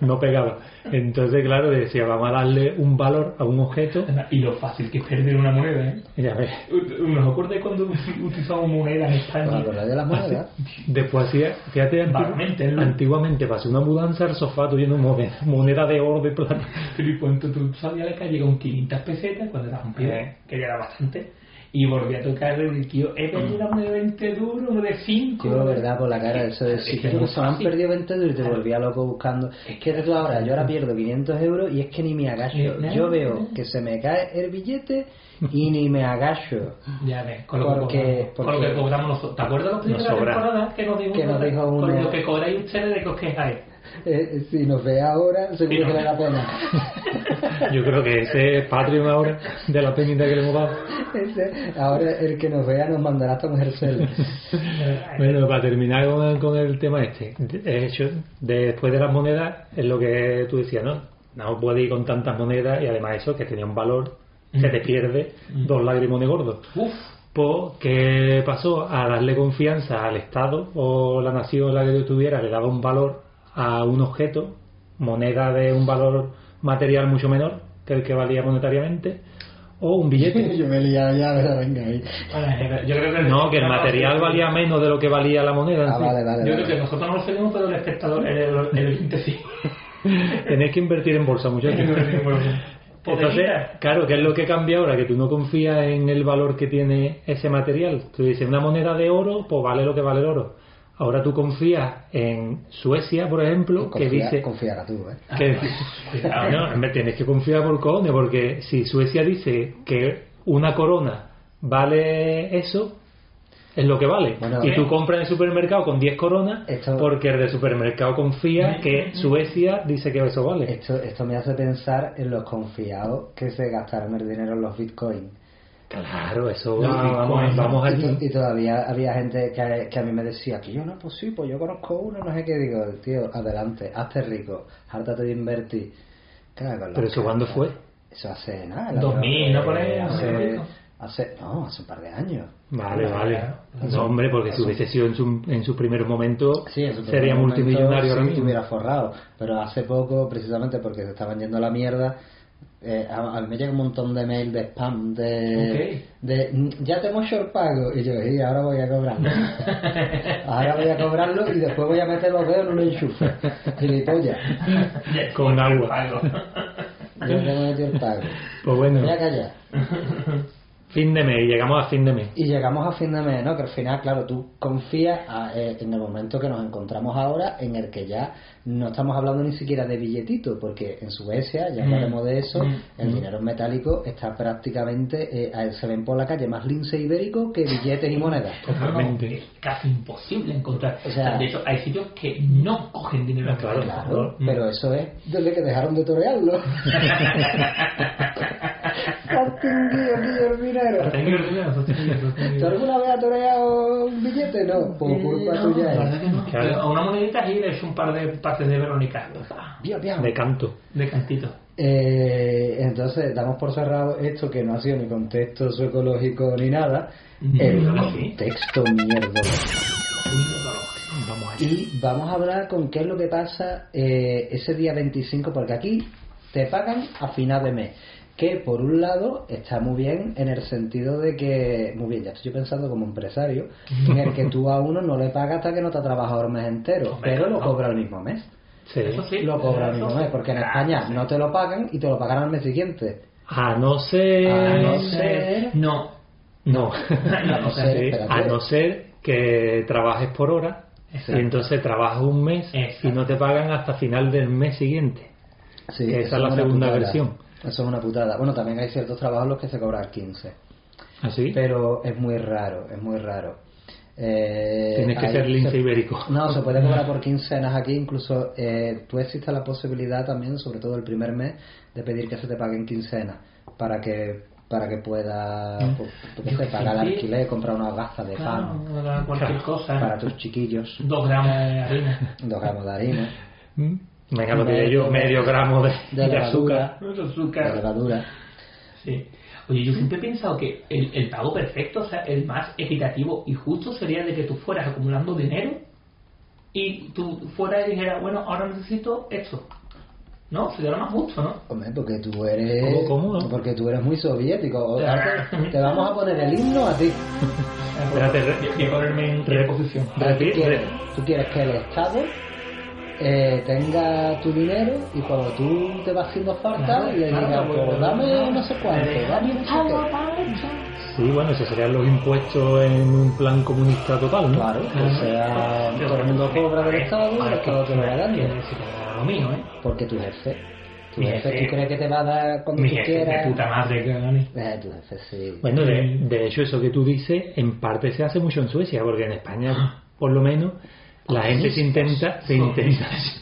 [SPEAKER 4] no pegaba. Entonces, claro, decía, vamos a darle un valor a un objeto.
[SPEAKER 2] Y lo fácil que es perder una moneda, ¿eh?
[SPEAKER 4] Y ya ves,
[SPEAKER 2] ¿Nos acordáis cuando utilizamos monedas en
[SPEAKER 1] ¿Os
[SPEAKER 2] España?
[SPEAKER 1] acordáis de las monedas?
[SPEAKER 4] Después hacía, fíjate, antigu-
[SPEAKER 2] Vagamente, ¿no?
[SPEAKER 4] antiguamente pasé una mudanza al sofá tuviendo moneda, moneda de oro de plata.
[SPEAKER 2] Pero y cuando tú salías a la calle con 500 pesetas, cuando eras un pibe, que ya era bastante, y volví a tocar el tío, he perdido una de 20 duros, de 5.
[SPEAKER 1] Yo, verdad, por la cara de eso de
[SPEAKER 2] Es que
[SPEAKER 1] si
[SPEAKER 2] es muy
[SPEAKER 1] se me han
[SPEAKER 2] fácil.
[SPEAKER 1] perdido 20 euros y te volvía loco buscando. Es que tú ahora, yo ahora pierdo 500 euros y es que ni me
[SPEAKER 2] Eh,
[SPEAKER 1] agacho.
[SPEAKER 2] nada,
[SPEAKER 1] Yo
[SPEAKER 2] nada.
[SPEAKER 1] veo que se me cae el billete y ni me agacho.
[SPEAKER 2] Ya ves, con lo,
[SPEAKER 1] Porque-
[SPEAKER 2] que, cobramos, con lo
[SPEAKER 1] porque-
[SPEAKER 2] que cobramos nosotros. ¿Te acuerdas los primeros de la
[SPEAKER 4] sobra.
[SPEAKER 2] temporada que nos dijo,
[SPEAKER 1] Que nos
[SPEAKER 2] una-
[SPEAKER 1] dijo uno-
[SPEAKER 2] con lo que cobráis ustedes de que os quejáis?
[SPEAKER 1] Eh, si nos ve ahora, seguro
[SPEAKER 2] Sí, no.
[SPEAKER 1] que le da pena.
[SPEAKER 4] Yo creo que ese es Patreon ahora de la penita que le hemos dado.
[SPEAKER 1] Ese- ahora el que nos vea nos mandará hasta mujer cel.
[SPEAKER 4] Bueno, para terminar con, con el tema este, de hecho, después de las monedas, es lo que tú decías, ¿no? No puede ir con tantas monedas y además eso, que tenía un valor, se te pierde dos lagrimones gordos.
[SPEAKER 2] Uf,
[SPEAKER 4] Pues, ¿qué pasó? A darle confianza al Estado o la nación la que yo tuviera, le daba un valor a un objeto, moneda de un valor material mucho menor que el que valía monetariamente, o un billete.
[SPEAKER 1] yo me he liado ya, pero venga ahí.
[SPEAKER 2] bueno, yo creo que...
[SPEAKER 4] No, que el material valía menos de lo que valía la moneda. en
[SPEAKER 1] Ah,
[SPEAKER 4] sí.
[SPEAKER 1] vale,
[SPEAKER 2] Yo
[SPEAKER 1] vale.
[SPEAKER 2] creo
[SPEAKER 1] vale.
[SPEAKER 2] que nosotros no lo sabemos, pero el espectador, el, el, el oyente sí.
[SPEAKER 4] Tenéis que invertir en bolsa, muchachos. Entonces,
[SPEAKER 2] Entonces,
[SPEAKER 4] claro, ¿qué es lo que cambia ahora? Que tú no confías en el valor que tiene ese material. Tú dices, una moneda de oro, pues vale lo que vale el oro. Ahora tú confías en Suecia, por ejemplo, que
[SPEAKER 1] Confía-
[SPEAKER 4] dice...
[SPEAKER 1] Confiará tú, ¿eh?
[SPEAKER 4] Que, no, me tienes que confiar por cojones, porque si Suecia dice que una corona vale eso, es lo que vale.
[SPEAKER 1] Bueno,
[SPEAKER 4] y tú
[SPEAKER 2] eh.
[SPEAKER 4] compras en el supermercado con 10 coronas,
[SPEAKER 1] Esto- eh,
[SPEAKER 4] porque el de supermercado confía que Suecia dice que eso vale.
[SPEAKER 1] Esto, esto me hace pensar en los confiados que se gastaron el dinero en los bitcoins.
[SPEAKER 4] Claro, eso
[SPEAKER 2] No,
[SPEAKER 4] vamos,
[SPEAKER 2] Bitcoin, no.
[SPEAKER 4] vamos
[SPEAKER 1] Y,
[SPEAKER 4] allí.
[SPEAKER 1] to- y todavía había gente que, que a mí me decía que yo no, pues sí, pues yo conozco uno, no sé qué. Digo, tío, adelante, hazte rico, hártate de invertir. Cago en la
[SPEAKER 4] Pero eso
[SPEAKER 1] cara.
[SPEAKER 4] cuándo fue?
[SPEAKER 1] Eso hace nada. la
[SPEAKER 2] 2000,
[SPEAKER 1] verdad,
[SPEAKER 2] ¿no? Por ahí,
[SPEAKER 1] eh,
[SPEAKER 2] hace
[SPEAKER 1] Hace,
[SPEAKER 2] poco.
[SPEAKER 1] hace- no, hace un par de años.
[SPEAKER 4] Vale,
[SPEAKER 2] Claro,
[SPEAKER 4] vale.
[SPEAKER 2] claro.
[SPEAKER 4] No, hombre, porque si hubiese sido en su, en su primer momento,
[SPEAKER 1] Sí, en su primer
[SPEAKER 4] sería
[SPEAKER 1] momento
[SPEAKER 4] multimillonario
[SPEAKER 1] sí
[SPEAKER 4] ahora mismo.
[SPEAKER 1] estuviera forrado. Pero hace poco, precisamente porque se estaban yendo a la mierda, eh, a, a mí me llega un montón de mail de spam de, de, "Mm, ya te hemos short pago. Y yo, y ahora voy a cobrarlo. ahora voy a cobrarlo y después voy a meter los dedos en un enchufe. Gilipollas.
[SPEAKER 4] Con agua.
[SPEAKER 1] Yo tengo metido el pago.
[SPEAKER 4] Pues
[SPEAKER 1] Me
[SPEAKER 4] bueno,
[SPEAKER 1] voy a callar.
[SPEAKER 4] fin de mes, llegamos a fin de mes.
[SPEAKER 1] Y llegamos a fin de mes, ¿no? Que al final, claro, tú confías a, eh, en el momento que nos encontramos ahora, en el que ya no estamos hablando ni siquiera de billetito, porque en Suecia,
[SPEAKER 2] Mm.
[SPEAKER 1] ya hablaremos de eso, el dinero en metálico está prácticamente, eh, a- se ven por la calle más lince ibérico que billetes y monedas.
[SPEAKER 4] Totalmente.
[SPEAKER 2] Es casi imposible encontrar.
[SPEAKER 1] O sea-
[SPEAKER 2] de hecho, hay sitios que no cogen dinero. Mm.
[SPEAKER 4] Claro,
[SPEAKER 1] Claro, pero eso es desde que dejaron de torearlo. Martín Guillo, Guillo el minero.
[SPEAKER 2] Tengo el dinero, no tengo el
[SPEAKER 1] ¿Tú
[SPEAKER 2] dinero.
[SPEAKER 1] alguna vez has toreado un billete? No, por culpa
[SPEAKER 2] Eh, No,
[SPEAKER 1] tuya. eh.
[SPEAKER 2] la
[SPEAKER 1] es.
[SPEAKER 2] verdad que no.
[SPEAKER 4] Claro.
[SPEAKER 2] Pero A una monedita y le he hecho un par de partes de Verónica.
[SPEAKER 1] Dios, Dios.
[SPEAKER 4] Ah, De canto.
[SPEAKER 2] De cantito.
[SPEAKER 1] Eh, entonces, damos por cerrado esto que no ha sido ni contexto sociológico ni nada, el
[SPEAKER 2] Mm, sí.
[SPEAKER 1] contexto mierda. Y vamos a hablar con qué es lo que pasa eh, ese día 25, porque aquí te pagan a final de mes. Que por un lado está muy bien en el sentido de que, muy bien, ya estoy pensando como empresario, en el que tú a uno no le pagas hasta que no te ha trabajado el mes entero,
[SPEAKER 2] Hombre,
[SPEAKER 1] pero lo
[SPEAKER 2] claro.
[SPEAKER 1] cobra el mismo mes.
[SPEAKER 4] Sí.
[SPEAKER 2] Eso sí.
[SPEAKER 1] Lo cobra el
[SPEAKER 2] Eso
[SPEAKER 1] mismo
[SPEAKER 2] sí.
[SPEAKER 1] mes, porque en
[SPEAKER 2] Claro,
[SPEAKER 1] España
[SPEAKER 2] sí.
[SPEAKER 1] no te lo pagan y te lo pagarán al mes siguiente.
[SPEAKER 4] A no ser...
[SPEAKER 1] A
[SPEAKER 2] No
[SPEAKER 1] no
[SPEAKER 2] sé.
[SPEAKER 1] ser-
[SPEAKER 2] No.
[SPEAKER 4] No.
[SPEAKER 2] A no
[SPEAKER 1] ser,
[SPEAKER 4] Sí,
[SPEAKER 1] espérate.
[SPEAKER 4] A no ser que trabajes por hora
[SPEAKER 2] Exacto.
[SPEAKER 4] y entonces trabajas un mes
[SPEAKER 2] Exacto.
[SPEAKER 4] y no te pagan hasta final del mes siguiente.
[SPEAKER 1] Sí,
[SPEAKER 4] Esa
[SPEAKER 1] eso
[SPEAKER 4] es la
[SPEAKER 1] una
[SPEAKER 4] segunda
[SPEAKER 1] putada.
[SPEAKER 4] versión.
[SPEAKER 1] Eso es una putada. Bueno, también hay ciertos trabajos en los que se cobran 15.
[SPEAKER 4] ¿Así?
[SPEAKER 1] Pero es muy raro, es muy raro. Eh,
[SPEAKER 4] Tienes que
[SPEAKER 1] ahí
[SPEAKER 4] ser lince
[SPEAKER 1] se-
[SPEAKER 4] ibérico.
[SPEAKER 1] No, se puede cobrar por quincenas aquí, incluso eh, tú existe la posibilidad también, sobre todo el primer mes, de pedir que se te paguen quincenas para que para que pueda
[SPEAKER 4] Mm.
[SPEAKER 1] pues, yo qué
[SPEAKER 2] Yo
[SPEAKER 1] sé, pagar
[SPEAKER 2] siempre-
[SPEAKER 1] alquiler, comprar unas gafas de pan
[SPEAKER 2] Claro, era cualquier
[SPEAKER 4] Claro.
[SPEAKER 2] cosa.
[SPEAKER 1] para tus chiquillos,
[SPEAKER 2] Dos gramos de harina.
[SPEAKER 1] dos gramos de harina,
[SPEAKER 4] ¿Mm? Venga, lo diré yo, medio gramo de,
[SPEAKER 1] de
[SPEAKER 4] de
[SPEAKER 1] levadura.
[SPEAKER 4] azúcar.
[SPEAKER 2] Mucho
[SPEAKER 1] de
[SPEAKER 2] azúcar.
[SPEAKER 1] levadura.
[SPEAKER 2] Sí. Oye, yo siempre he pensado que el, el pago perfecto, o sea, el más equitativo y justo sería el de que tú fueras acumulando dinero y tú fueras y dijeras, bueno, ahora necesito esto. No, sería lo más justo, ¿no?
[SPEAKER 1] Hombre, porque tú eres.
[SPEAKER 4] ¿Cómo, cómo?
[SPEAKER 1] Porque tú eres muy soviético. O-
[SPEAKER 2] Ah.
[SPEAKER 1] Te vamos a poner el himno a ti.
[SPEAKER 4] Espérate, re-
[SPEAKER 2] Voy a ponerme en
[SPEAKER 4] re-
[SPEAKER 2] reposición.
[SPEAKER 1] Pero tú
[SPEAKER 4] Repi-
[SPEAKER 1] quieres,
[SPEAKER 4] re-
[SPEAKER 1] tú quieres que el Estado eh, tenga tu dinero y cuando tú te vas haciendo falta
[SPEAKER 2] Claro,
[SPEAKER 1] le
[SPEAKER 2] claro,
[SPEAKER 1] digas,
[SPEAKER 2] bueno,
[SPEAKER 1] pues dame
[SPEAKER 2] bueno.
[SPEAKER 1] no sé cuánto,
[SPEAKER 2] Eh,
[SPEAKER 1] dame no sé qué.
[SPEAKER 4] Sí, bueno, esos serían los impuestos en un plan comunista total, ¿no? Ah,
[SPEAKER 1] Claro, o sea, todo el mundo cobra del Estado y el Estado te lo va dando.
[SPEAKER 2] lo mío, ¿eh?
[SPEAKER 1] Porque tu jefe, tu
[SPEAKER 2] Mi
[SPEAKER 1] jefe,
[SPEAKER 2] jefe.
[SPEAKER 1] tú crees que te va a dar cuando
[SPEAKER 2] Mi
[SPEAKER 1] tú
[SPEAKER 2] jefe de
[SPEAKER 1] quieras.
[SPEAKER 2] puta madre que gané.
[SPEAKER 1] Eh, tu jefe, sí.
[SPEAKER 4] Bueno, de, de hecho, eso que tú dices, en parte se hace mucho en Suecia, porque en
[SPEAKER 1] Ah.
[SPEAKER 4] España, por lo menos, la gente se intenta, se intenta.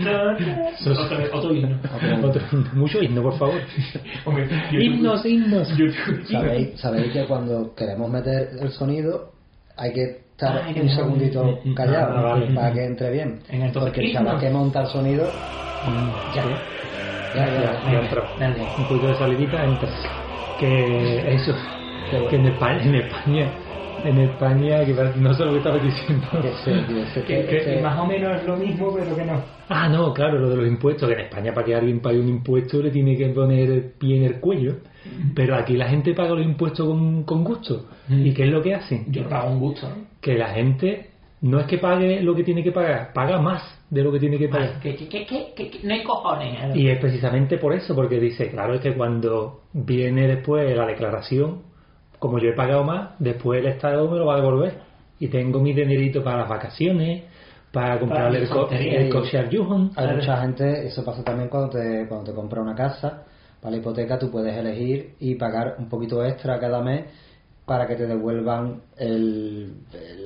[SPEAKER 2] Otro, otro himno.
[SPEAKER 4] Otro himno, mucho himno, por favor.
[SPEAKER 2] Hombre, yo-
[SPEAKER 4] Himnos, himnos.
[SPEAKER 1] ¿Sabéis, sabéis que cuando queremos meter el sonido hay que estar
[SPEAKER 2] Ah, hay que
[SPEAKER 1] un
[SPEAKER 2] dejar un-
[SPEAKER 1] segundito
[SPEAKER 2] un- un-
[SPEAKER 1] callado
[SPEAKER 4] ah, vale.
[SPEAKER 1] para que entre bien.
[SPEAKER 2] Venga, entonces,
[SPEAKER 1] Porque el
[SPEAKER 2] himno.
[SPEAKER 1] chaval que monta el sonido,
[SPEAKER 2] Mm,
[SPEAKER 4] Ya,
[SPEAKER 1] ya, ya,
[SPEAKER 4] ya,
[SPEAKER 1] ya.
[SPEAKER 4] ya entró.
[SPEAKER 2] Dale.
[SPEAKER 4] Un poquito de salivita, entra. Que eso, que en España, en España, en España, que parece- no sé lo que estaba diciendo.
[SPEAKER 1] Que se- que se-
[SPEAKER 2] Que,
[SPEAKER 1] que-
[SPEAKER 2] que
[SPEAKER 1] que-
[SPEAKER 2] más o menos es lo mismo, pero que no.
[SPEAKER 4] Ah, no, claro, lo de los impuestos, que en España para que alguien pague un impuesto le tiene que poner el pie en el cuello, pero aquí la gente paga los impuestos con, con gusto.
[SPEAKER 2] Mm.
[SPEAKER 4] ¿Y qué es lo que hacen?
[SPEAKER 2] Yo pago un gusto, ¿no?
[SPEAKER 4] Que la gente no es que pague lo que tiene que pagar, paga más de lo que tiene que pagar.
[SPEAKER 2] Que, que, que, que, que- que no hay cojones. ¿eh?
[SPEAKER 4] Y es precisamente por eso, porque dice, claro, es que cuando viene después la declaración, como yo he pagado más, después el Estado me lo va a devolver. Y tengo mi dinerito para las vacaciones, para comprarle
[SPEAKER 2] mi
[SPEAKER 4] el, co-
[SPEAKER 2] soltería.
[SPEAKER 4] el coche al Yuhon.
[SPEAKER 1] Hay mucha gente, eso pasa también cuando te, cuando te compra una casa, para la hipoteca tú puedes elegir y pagar un poquito extra cada mes para que te devuelvan el,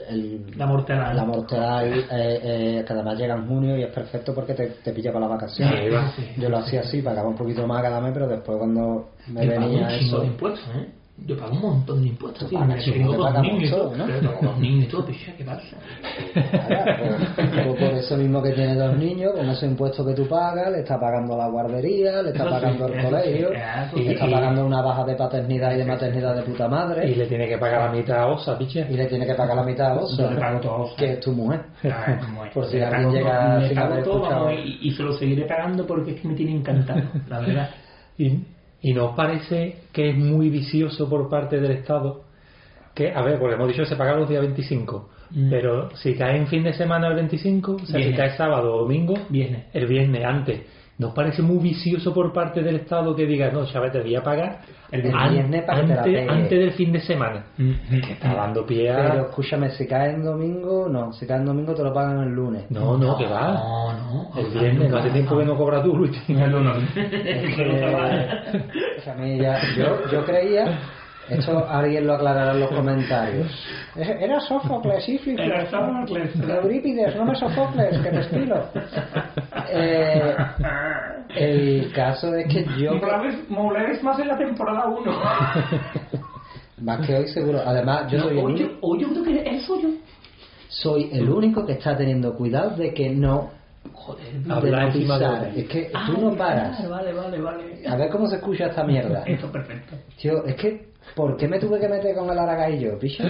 [SPEAKER 1] el, el-
[SPEAKER 2] La mortera.
[SPEAKER 1] la mortera y, eh, eh, cada mes llega en junio y es perfecto porque te, te pilla para las vacaciones.
[SPEAKER 4] Ahí va.
[SPEAKER 1] Yo lo hacía así, pagaba un poquito más cada mes, pero después cuando me
[SPEAKER 2] Yo pago un
[SPEAKER 1] venía
[SPEAKER 2] chingo
[SPEAKER 1] eso...
[SPEAKER 2] de impuestos, ¿eh? Yo pago un montón de impuestos,
[SPEAKER 1] Tú
[SPEAKER 2] tío.
[SPEAKER 1] pagas,
[SPEAKER 2] Yo
[SPEAKER 1] sí,
[SPEAKER 2] tengo
[SPEAKER 1] te
[SPEAKER 2] dos
[SPEAKER 1] pagas
[SPEAKER 2] niños y
[SPEAKER 1] mucho,
[SPEAKER 2] todo.
[SPEAKER 1] ¿no?
[SPEAKER 2] Yo tengo dos niños y todo, picha, ¿qué pasa?
[SPEAKER 1] Claro, pues, tú por eso mismo que tienes dos niños, con esos impuestos que tú pagas, le está pagando la guardería, le está
[SPEAKER 2] Eso sí,
[SPEAKER 1] pagando el
[SPEAKER 2] eso sí,
[SPEAKER 1] colegio,
[SPEAKER 2] claro,
[SPEAKER 1] le
[SPEAKER 2] sí.
[SPEAKER 1] está pagando una baja de paternidad y de maternidad de puta
[SPEAKER 4] Y
[SPEAKER 1] madre,
[SPEAKER 4] le tiene que pagar la mitad a Osa, piche.
[SPEAKER 1] y le tiene que pagar la mitad a vos,
[SPEAKER 2] Yo le pago todo.
[SPEAKER 1] que es tu mujer.
[SPEAKER 2] Ah, como es.
[SPEAKER 1] Por si
[SPEAKER 2] Le
[SPEAKER 1] alguien llega
[SPEAKER 2] pago todo, le
[SPEAKER 1] sin
[SPEAKER 2] pago
[SPEAKER 1] haber
[SPEAKER 2] todo,
[SPEAKER 1] escuchado.
[SPEAKER 2] vamos, y, y se lo seguiré pagando porque es que me tiene encantado, la verdad.
[SPEAKER 4] Y, y nos parece que es muy vicioso por parte del Estado que, a ver, porque hemos dicho que se paga los días 25,
[SPEAKER 2] Mm.
[SPEAKER 4] pero si cae en fin de semana el 25, o sea, si
[SPEAKER 2] Viernes.
[SPEAKER 4] cae sábado o domingo,
[SPEAKER 2] Viernes.
[SPEAKER 4] el viernes antes, nos parece muy vicioso por parte del Estado que diga, no, Chávez, te voy a pagar
[SPEAKER 1] El
[SPEAKER 4] an-
[SPEAKER 1] viernes para que te la
[SPEAKER 4] antes,
[SPEAKER 1] pegue".
[SPEAKER 4] antes del fin de semana.
[SPEAKER 1] Mm-hmm.
[SPEAKER 4] Que está dando pie a...
[SPEAKER 1] Pero escúchame, si cae en domingo, no, si cae en domingo te lo pagan el lunes.
[SPEAKER 4] No, no, que va.
[SPEAKER 2] No, no.
[SPEAKER 4] El viernes, no hace tiempo que no cobra tú, Luis.
[SPEAKER 2] No, no, no.
[SPEAKER 1] Es que, pues, a mí ya- yo, yo creía, esto alguien lo aclarará en los comentarios. Era Sófocles, Ífis,
[SPEAKER 2] Era Sófocles.
[SPEAKER 1] Eurípides, no me Sófocles, que me estilo. Eh, el caso es que yo,
[SPEAKER 2] Molares más en la temporada 1.
[SPEAKER 1] más que hoy seguro, además yo soy el,
[SPEAKER 2] Oye,
[SPEAKER 1] único-
[SPEAKER 2] oye, creo que eres soy yo.
[SPEAKER 1] soy el único que está teniendo cuidado de que no,
[SPEAKER 2] Joder,
[SPEAKER 1] de
[SPEAKER 2] bicho.
[SPEAKER 4] Habla
[SPEAKER 1] no
[SPEAKER 4] encima de
[SPEAKER 1] pisar.
[SPEAKER 4] otro.
[SPEAKER 1] Es que
[SPEAKER 2] Ah,
[SPEAKER 1] tú no paras.
[SPEAKER 2] claro, Vale, vale, vale.
[SPEAKER 1] A ver cómo se escucha esta mierda.
[SPEAKER 2] Esto es perfecto.
[SPEAKER 1] Tío, es que, ¿por qué me tuve que meter con el Aragay yo, picha?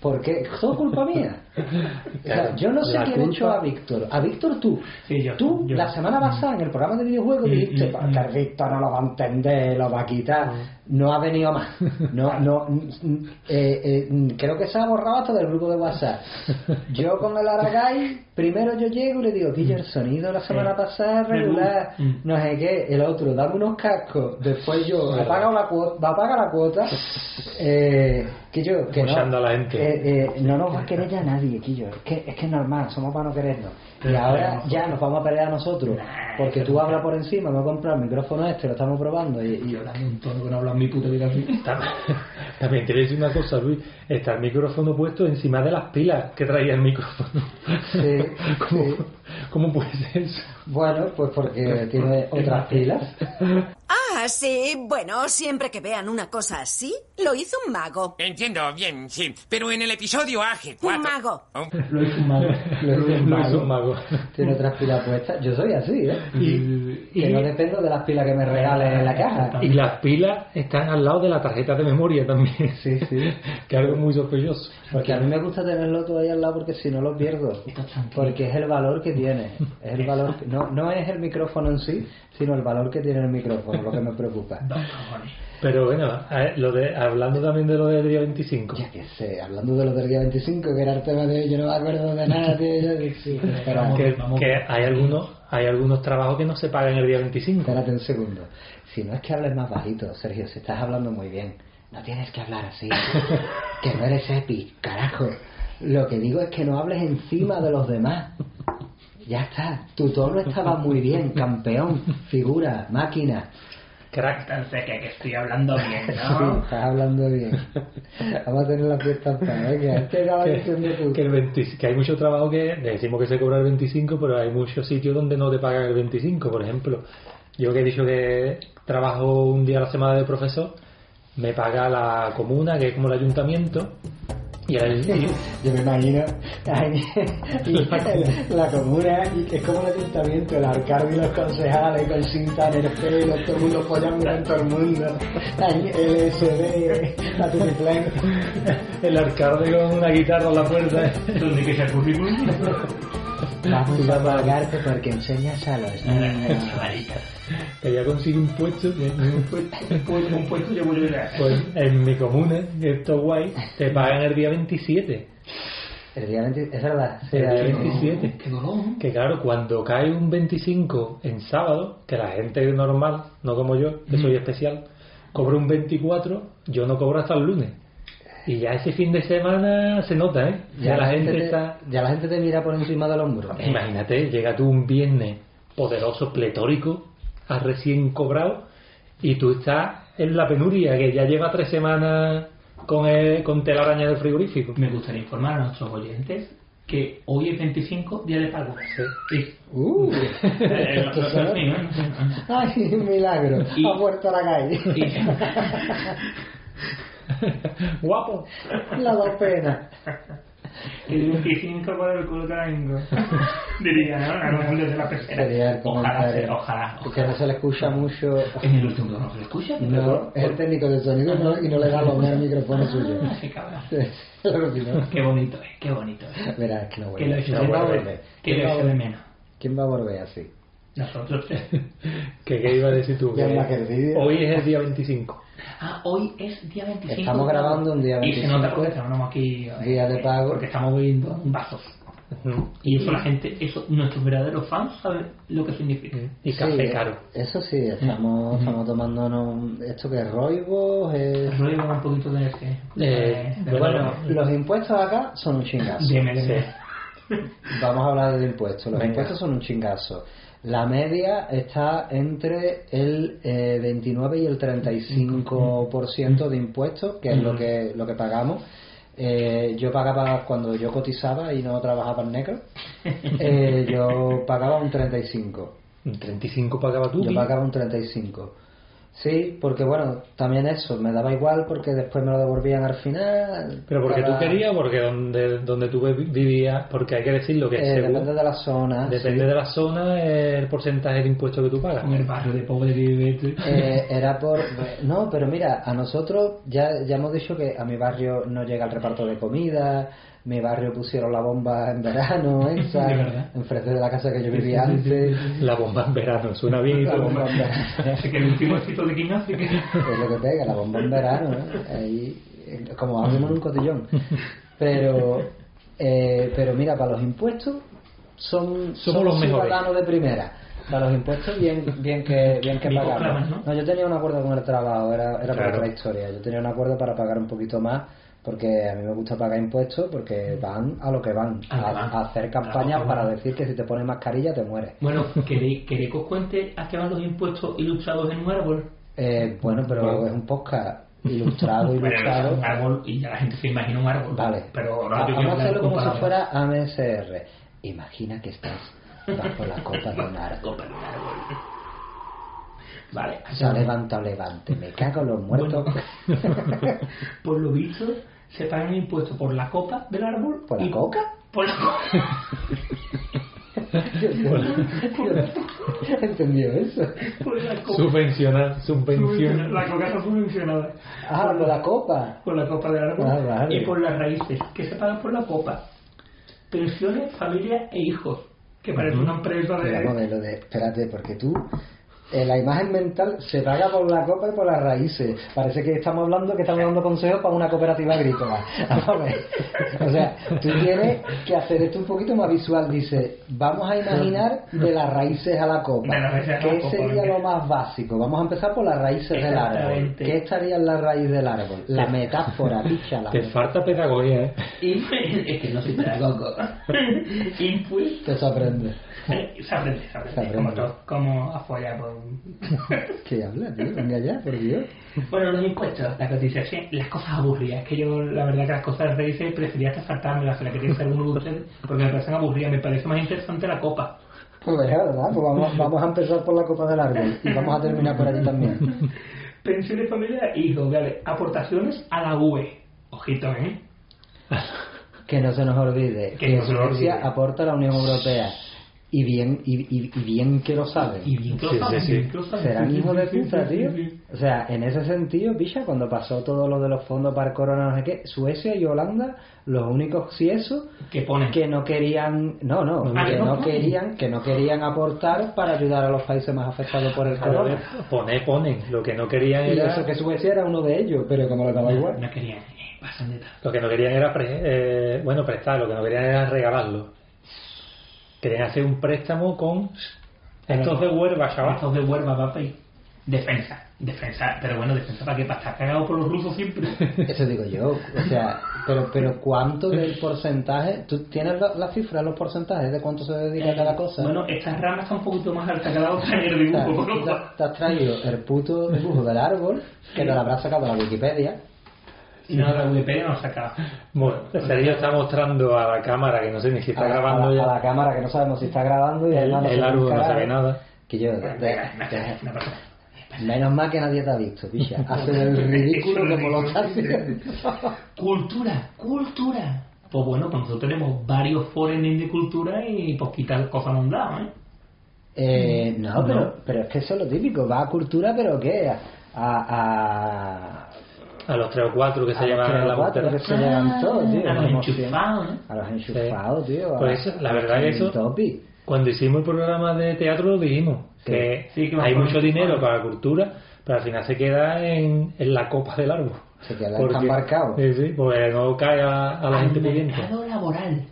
[SPEAKER 1] ¿Por qué? Es todo culpa mía. O sea, yo no sé
[SPEAKER 4] La
[SPEAKER 1] quién
[SPEAKER 4] culpa-
[SPEAKER 1] echó a Víctor. A Víctor tú.
[SPEAKER 2] Sí, yo,
[SPEAKER 1] tú,
[SPEAKER 2] yo.
[SPEAKER 1] la semana pasada, en el programa de videojuegos,
[SPEAKER 2] Mm,
[SPEAKER 1] dijiste,
[SPEAKER 2] mm,
[SPEAKER 1] "Pa- que Víctor no lo va a entender, lo va a quitar.
[SPEAKER 4] Mm.
[SPEAKER 1] No ha venido más. No, no, mm, mm, eh, eh, mm, creo que se ha borrado hasta del grupo de WhatsApp. Yo con el Aragay, primero yo llego y le digo, Guillermo, el sonido la semana
[SPEAKER 2] Sí.
[SPEAKER 1] pasada es regular,
[SPEAKER 2] Mm.
[SPEAKER 1] no sé qué, el otro, dame unos cascos, después yo, apaga la cuota, apaga la cuota, eh, que yo, que
[SPEAKER 4] Escuchando
[SPEAKER 1] no,
[SPEAKER 4] a la gente.
[SPEAKER 1] eh, eh, no nos va a querer ya nadie, que yo, es que es, que es normal, somos para no querernos, y
[SPEAKER 2] Pero
[SPEAKER 1] ahora
[SPEAKER 2] queremos.
[SPEAKER 1] ya nos vamos a pelear nosotros,
[SPEAKER 2] Nah,
[SPEAKER 1] porque
[SPEAKER 2] eso
[SPEAKER 1] tú
[SPEAKER 2] no.
[SPEAKER 1] hablas por encima, me voy a comprar el micrófono este, lo estamos probando, y,
[SPEAKER 2] Y
[SPEAKER 1] y-
[SPEAKER 2] hablando un tono que no habla en mi puta vida así.
[SPEAKER 4] Tam- También te voy a decir una cosa, Luis. Está el micrófono puesto encima de las pilas que traía el micrófono.
[SPEAKER 1] Sí,
[SPEAKER 4] ¿Cómo,
[SPEAKER 1] sí.
[SPEAKER 4] cómo puede ser eso?
[SPEAKER 1] bueno, pues porque tiene otras pilas.
[SPEAKER 7] I
[SPEAKER 8] Ah, sí, bueno, siempre que vean una cosa así, lo hizo un mago.
[SPEAKER 9] Entiendo, bien, sí. Pero en el episodio AG4...
[SPEAKER 8] Un mago.
[SPEAKER 9] Oh.
[SPEAKER 1] Lo hizo un mago. Lo hizo un
[SPEAKER 4] Lo
[SPEAKER 1] mago.
[SPEAKER 4] hizo un mago.
[SPEAKER 1] Tiene otras pilas puestas. Yo soy así, ¿eh?
[SPEAKER 4] Y-
[SPEAKER 1] que
[SPEAKER 4] y-
[SPEAKER 1] no dependo de las pilas que me regalen en la caja.
[SPEAKER 4] Y las pilas están al lado de la tarjeta de memoria también.
[SPEAKER 1] Sí, sí.
[SPEAKER 4] que algo muy sospechoso.
[SPEAKER 1] Porque a mí me gusta tenerlo todo ahí al lado porque si no lo pierdo. Porque es el valor que tiene. Es el valor que- no, no es el micrófono en sí, sino el valor que tiene el micrófono, lo que me preocupa.
[SPEAKER 4] Pero bueno, a- lo de, hablando también de lo del día 25.
[SPEAKER 1] Ya que sé, hablando de los del día 25, que era el tema de hoy, yo no me acuerdo de nada, tío. yo- Espera,
[SPEAKER 4] que, que hay algunos hay algunos trabajos que no se pagan el día 25.
[SPEAKER 1] Espérate un segundo. Si no es que hables más bajito, Sergio, si estás hablando muy bien, no tienes que hablar así. que no eres epi, carajo. Lo que digo es que no hables encima de los demás. Ya está, tu tono estaba muy bien, campeón, figura, máquina.
[SPEAKER 4] Crack.
[SPEAKER 2] Entonces, que, que estoy hablando bien,
[SPEAKER 1] Sí,
[SPEAKER 2] ¿no?
[SPEAKER 1] estás hablando bien. Vamos a tener la fiesta en paz, venga. Este era la versión de
[SPEAKER 4] Que,
[SPEAKER 1] tu-
[SPEAKER 4] que el 20 que hay mucho trabajo que decimos que se cobra el 25, pero hay muchos sitios donde no te pagan el 25. Por ejemplo, yo que he dicho que trabajo un día a la semana de profesor, me paga la comuna, que es como el ayuntamiento, y el ayuntamiento.
[SPEAKER 1] Yo me imagino ay, y la comuna y que es como el ayuntamiento, el alcalde y los concejales con cinta en el pelo, todo el mundo follando con todo el mundo, Ay, LSD, la tutiplén.
[SPEAKER 4] El alcalde con una guitarra en la puerta. eh,
[SPEAKER 2] Donde que sea currículum.
[SPEAKER 1] Vamos a pagarte porque enseñas a los niños.
[SPEAKER 4] Que ya consigue un puesto, un puesto.
[SPEAKER 2] Pues un puesto yo voy a ir a-
[SPEAKER 4] Pues en mi comuna, que esto es guay, te pagan el día 27.
[SPEAKER 1] El día 20 es verdad, sí,
[SPEAKER 4] El día
[SPEAKER 1] ahí-
[SPEAKER 4] 27.
[SPEAKER 2] Qué dolor.
[SPEAKER 4] Que claro, cuando cae un 25 en sábado, que la gente normal, no como yo, que soy especial, cobra un 24, yo no cobro hasta el lunes. Y ya ese fin de semana se nota, ¿eh? Ya, la gente
[SPEAKER 1] te-
[SPEAKER 4] está... Eh,
[SPEAKER 1] ya la gente te mira por encima del hombro.
[SPEAKER 4] Imagínate, llega tú un viernes poderoso, pletórico, has recién cobrado, y tú estás en la penuria, que ya lleva tres semanas con, el, con telaraña del frigorífico.
[SPEAKER 2] Me gustaría informar a nuestros oyentes que hoy es 25, día de pago. Sí.
[SPEAKER 1] Uh,
[SPEAKER 2] Eh, eh, lo- lo- lo- sí, ¿no?
[SPEAKER 1] ay, milagro,
[SPEAKER 2] Y-
[SPEAKER 1] ha vuelto a la calle.
[SPEAKER 4] Guapo.
[SPEAKER 1] La da pena.
[SPEAKER 2] El 25 por el culo tengo. Diría, ¿no? A los hombres de la
[SPEAKER 1] Sería
[SPEAKER 2] pecera.
[SPEAKER 1] el
[SPEAKER 2] Ojalá, se-
[SPEAKER 1] comentario.
[SPEAKER 2] ojalá.
[SPEAKER 1] Porque no se le escucha mucho.
[SPEAKER 2] En el último no se le escucha.
[SPEAKER 1] No, es el técnico de sonido ¿no? y no le da los el micrófono suyo.
[SPEAKER 2] Ah, qué cabrón.
[SPEAKER 1] Claro que no.
[SPEAKER 2] Qué bonito es, qué bonito es.
[SPEAKER 1] Verá, es que no
[SPEAKER 2] Que lo
[SPEAKER 1] vuelve.
[SPEAKER 2] echo
[SPEAKER 1] No
[SPEAKER 2] de menos.
[SPEAKER 1] vuelve.
[SPEAKER 2] Que lo echo de menos.
[SPEAKER 1] ¿Quién va a volver así?
[SPEAKER 2] Nosotros tres.
[SPEAKER 4] ¿Qué, qué iba a decir tú?
[SPEAKER 1] Ya
[SPEAKER 4] Que
[SPEAKER 1] me ha perdido.
[SPEAKER 4] Hoy es el día 25.
[SPEAKER 2] Ah, hoy es día 25.
[SPEAKER 1] Estamos grabando un día
[SPEAKER 2] Y se
[SPEAKER 1] 25.
[SPEAKER 2] nota porque estamos aquí. eh,
[SPEAKER 1] Día de pago.
[SPEAKER 2] Porque estamos bebiendo un vaso.
[SPEAKER 4] Ujú.
[SPEAKER 2] Y eso la gente, eso, nuestros verdaderos fans saben lo que significa.
[SPEAKER 4] Y café
[SPEAKER 1] Sí, eh,
[SPEAKER 4] caro.
[SPEAKER 1] Eso sí, estamos, estamos tomándonos. ¿Esto que es? ¿Roibos? Eh,
[SPEAKER 2] Rollo con un poquito de este.
[SPEAKER 4] Eh,
[SPEAKER 2] de- de-
[SPEAKER 4] bueno,
[SPEAKER 1] Los impuestos acá son un chingazo.
[SPEAKER 2] de MDM.
[SPEAKER 1] Vamos a hablar de impuestos. Los
[SPEAKER 4] Venga.
[SPEAKER 1] impuestos son un chingazo. La media está entre el eh, 29 y el 35% de impuestos, que es lo que, lo que pagamos. Eh, yo pagaba cuando yo cotizaba y no trabajaba en negro, eh, yo pagaba un 35.
[SPEAKER 4] Un 35 pagaba tú.
[SPEAKER 1] Yo
[SPEAKER 4] Gui.
[SPEAKER 1] pagaba un 35. Sí, porque bueno, también eso, me daba igual porque después me lo devolvían al final.
[SPEAKER 4] Pero porque tú
[SPEAKER 1] Para-
[SPEAKER 4] querías, porque donde, donde tú vi- vivías, porque hay que decirlo que
[SPEAKER 1] Eh,
[SPEAKER 4] según-
[SPEAKER 1] depende de la zona.
[SPEAKER 4] depende
[SPEAKER 1] sí. Mm.
[SPEAKER 4] de la zona, eh, el porcentaje de impuesto que tú pagas.
[SPEAKER 2] Con el barrio de pobre que vive este. tú.
[SPEAKER 1] Eh, era por. No, pero mira, a nosotros ya, ya hemos dicho que a mi barrio no llega el reparto de comida, mi barrio pusieron la bomba en verano, esa,
[SPEAKER 2] De verdad.
[SPEAKER 1] enfrente de la casa que yo vivía antes.
[SPEAKER 4] La bomba en verano, suena bien. y
[SPEAKER 1] La
[SPEAKER 4] todo.
[SPEAKER 1] bomba en verano.
[SPEAKER 2] Así que el último éxito de Quina, así que.
[SPEAKER 1] Es Pues lo que pega, la bomba en verano, ¿eh? Ahí, eh, como abrimos un cotillón. Pero, eh, pero mira, para los impuestos son,
[SPEAKER 4] Somos
[SPEAKER 1] son
[SPEAKER 4] los mejores.
[SPEAKER 1] ciudadanos de primera. Para los impuestos bien, bien que, bien que
[SPEAKER 2] Ni
[SPEAKER 1] pagamos.
[SPEAKER 2] proclamas, ¿no?
[SPEAKER 1] No, yo tenía un acuerdo con el trabajo, era, era para
[SPEAKER 4] Claro.
[SPEAKER 1] otra historia. Yo tenía un acuerdo para pagar un poquito más porque a mí me gusta pagar impuestos porque van a lo que van,
[SPEAKER 2] A lo que
[SPEAKER 1] a,
[SPEAKER 2] van.
[SPEAKER 1] a hacer
[SPEAKER 2] A
[SPEAKER 1] campañas
[SPEAKER 2] lo que
[SPEAKER 1] para
[SPEAKER 2] van.
[SPEAKER 1] decir que si te pones mascarilla te mueres.
[SPEAKER 2] Bueno, ¿queréis queréis que os cuente a qué van los impuestos ilustrados en un árbol?
[SPEAKER 1] Eh, bueno, pero
[SPEAKER 4] Bueno.
[SPEAKER 1] es un podcast ilustrado,
[SPEAKER 2] Bueno,
[SPEAKER 1] ilustrado.
[SPEAKER 2] un árbol y ya la gente se imagina un árbol.
[SPEAKER 1] Vale,
[SPEAKER 2] Pero
[SPEAKER 1] Va-
[SPEAKER 2] ahora yo quiero
[SPEAKER 1] vamos a
[SPEAKER 2] hablar
[SPEAKER 1] hacerlo
[SPEAKER 2] con
[SPEAKER 1] como si
[SPEAKER 2] palabras.
[SPEAKER 1] fuera AMSR. Imagina que estás bajo la copa de un árbol.
[SPEAKER 2] Copa de un árbol. Vale,
[SPEAKER 1] O sea, levanta o levante, me cago en los muertos.
[SPEAKER 2] por lo visto, pues se pagan impuestos por la copa del árbol.
[SPEAKER 1] ¿Por la
[SPEAKER 2] y-
[SPEAKER 1] coca?
[SPEAKER 2] Por la coca.
[SPEAKER 1] Yo no entendió eso.
[SPEAKER 2] por la copa.
[SPEAKER 4] Subvencionar, subvencionar.
[SPEAKER 2] La coca está subvencionada.
[SPEAKER 1] Ah, por la copa.
[SPEAKER 2] Por la copa del árbol
[SPEAKER 1] Ah, vale.
[SPEAKER 2] y por las raíces, que se pagan por la copa. Pensiones, familia e hijos, que parece una empresa
[SPEAKER 1] Pero vamos a
[SPEAKER 2] de...
[SPEAKER 1] ver, lo de, espérate, porque tú, eh, la imagen mental se paga por la copa y por las raíces. Parece que estamos hablando, que estamos dando consejos para una cooperativa agrícola. Vamos a ver. O sea, tú tienes que hacer esto un poquito más visual. Dice, vamos a imaginar de las raíces a la copa.
[SPEAKER 2] De las raíces a la
[SPEAKER 1] ¿Qué
[SPEAKER 2] copa,
[SPEAKER 1] sería
[SPEAKER 2] venga.
[SPEAKER 1] lo más básico? Vamos a empezar por las raíces del árbol.
[SPEAKER 2] Exactamente.
[SPEAKER 1] ¿Qué estaría en la raíz del árbol? La metáfora, picha la
[SPEAKER 4] Te falta pedagogía, ¿eh?
[SPEAKER 2] Imp- es que no soy pedagogo. Impuestos
[SPEAKER 1] Te sorprende.
[SPEAKER 2] Eh, Se aprende, se aprende,
[SPEAKER 1] Se aprende.
[SPEAKER 2] Como, todo, como a follar por un-
[SPEAKER 1] ¿Qué habla, tío? Venga ya, por Dios.
[SPEAKER 2] Bueno, los impuestos, la cotización, las cosas aburridas. Que yo, la verdad, que las cosas de raíces prefería hasta saltármelas, se las quería hacer alguno de ustedes, porque me parecen aburridas. Me parece más interesante la copa.
[SPEAKER 1] Pues verdad, pues vamos, vamos a empezar por la copa del árbol y vamos a terminar por allí también.
[SPEAKER 2] Pensiones, familia, hijos, vale. Aportaciones a la UE. Ojito, ¿eh?
[SPEAKER 1] Que no se nos olvide
[SPEAKER 2] Que
[SPEAKER 1] que
[SPEAKER 2] no se nos
[SPEAKER 1] Suecia
[SPEAKER 2] olvide.
[SPEAKER 1] aporta a la Unión Europea y bien y, y- y bien que lo saben.
[SPEAKER 2] Y bien que lo
[SPEAKER 4] Sí,
[SPEAKER 2] saben,
[SPEAKER 4] sí, sí.
[SPEAKER 2] bien que lo saben.
[SPEAKER 1] Serán
[SPEAKER 2] Sí, sí,
[SPEAKER 1] hijos de
[SPEAKER 2] sí,
[SPEAKER 1] puta,
[SPEAKER 2] sí,
[SPEAKER 1] tío.
[SPEAKER 2] sí, sí.
[SPEAKER 1] O sea, en ese sentido, picha, cuando pasó todo lo de los fondos para el corona, no sé qué, Suecia y Holanda, los únicos, si eso,
[SPEAKER 2] Que ponen.
[SPEAKER 1] que no querían, no, no,
[SPEAKER 2] Ah,
[SPEAKER 1] que
[SPEAKER 2] que no
[SPEAKER 1] no querían, que no querían aportar para ayudar a los países más afectados por el corona.
[SPEAKER 4] Poner, ponen. Lo que no querían
[SPEAKER 1] Y
[SPEAKER 4] era
[SPEAKER 1] eso que Suecia era uno de ellos, pero como lo acaba igual.
[SPEAKER 2] No querían, eh, pasan de tal.
[SPEAKER 4] Lo que no querían era, pre- eh, bueno, prestar, lo que no querían era regalarlo. Querían hacer un préstamo con estos de Huelva, chaval.
[SPEAKER 2] Estos de Huelva, papi. Defensa, defensa, pero bueno, defensa para qué, para estar cagado por los rusos siempre.
[SPEAKER 1] Eso digo yo, o sea, pero pero cuánto del porcentaje, tú tienes la- las cifras, los porcentajes de cuánto se dedica a cada cosa.
[SPEAKER 2] Bueno, estas ramas están un poquito más altas que la otra en el
[SPEAKER 1] O sea,
[SPEAKER 2] dibujo, por
[SPEAKER 1] tú
[SPEAKER 2] lo
[SPEAKER 1] te,
[SPEAKER 2] cual.
[SPEAKER 1] te has traído el puto dibujo del árbol que te lo habrás sacado de la Wikipedia.
[SPEAKER 2] No, la Wikipedia no saca.
[SPEAKER 4] Bueno, Sergio está mostrando a la cámara, que no sé ni si está
[SPEAKER 1] a, la-
[SPEAKER 4] grabando
[SPEAKER 1] a la,
[SPEAKER 4] ya
[SPEAKER 1] a la cámara que no sabemos si está grabando y
[SPEAKER 4] el,
[SPEAKER 1] además
[SPEAKER 4] el
[SPEAKER 1] se
[SPEAKER 4] árbol,
[SPEAKER 1] ve un
[SPEAKER 4] no
[SPEAKER 1] carajo.
[SPEAKER 4] sabe nada.
[SPEAKER 1] Que yo,
[SPEAKER 2] Bueno,
[SPEAKER 1] de-
[SPEAKER 2] venga, una
[SPEAKER 1] de-
[SPEAKER 2] cosa, una cosa.
[SPEAKER 1] menos mal que nadie te ha visto, picha. Haces el ridículo como lo estás haciendo.
[SPEAKER 2] Cultura, cultura. Pues bueno, pues nosotros tenemos varios forenes de cultura y pues quitar cosas no han dado, ¿eh?
[SPEAKER 1] Eh, no,
[SPEAKER 2] No.
[SPEAKER 1] Pero, pero es que eso es lo típico. Va a cultura, pero ¿qué? A, a,
[SPEAKER 4] A los tres o cuatro que se
[SPEAKER 1] a los
[SPEAKER 4] llevan
[SPEAKER 1] tres
[SPEAKER 4] a
[SPEAKER 1] o
[SPEAKER 4] la
[SPEAKER 1] cuatro que Ah,
[SPEAKER 4] montera.
[SPEAKER 1] se
[SPEAKER 2] Ah.
[SPEAKER 1] llevan todos, tío.
[SPEAKER 2] a los
[SPEAKER 1] Como cien-
[SPEAKER 2] enchufados, ¿eh?
[SPEAKER 1] A los enchufados, tío. a-
[SPEAKER 4] Pues eso, la
[SPEAKER 1] a
[SPEAKER 4] verdad
[SPEAKER 1] los
[SPEAKER 4] que eso-
[SPEAKER 1] topi.
[SPEAKER 4] Cuando hicimos el programa de teatro lo dijimos,
[SPEAKER 1] Sí.
[SPEAKER 4] que
[SPEAKER 2] Sí, que
[SPEAKER 4] hay
[SPEAKER 2] vamos a
[SPEAKER 4] mucho
[SPEAKER 2] poner-
[SPEAKER 4] dinero para la cultura, pero al final se queda en, en la copa del árbol.
[SPEAKER 1] Se queda embarcado.
[SPEAKER 4] Sí, sí, porque no cae a, a la gente
[SPEAKER 2] Al
[SPEAKER 4] pidiendo.
[SPEAKER 2] mercado laboral.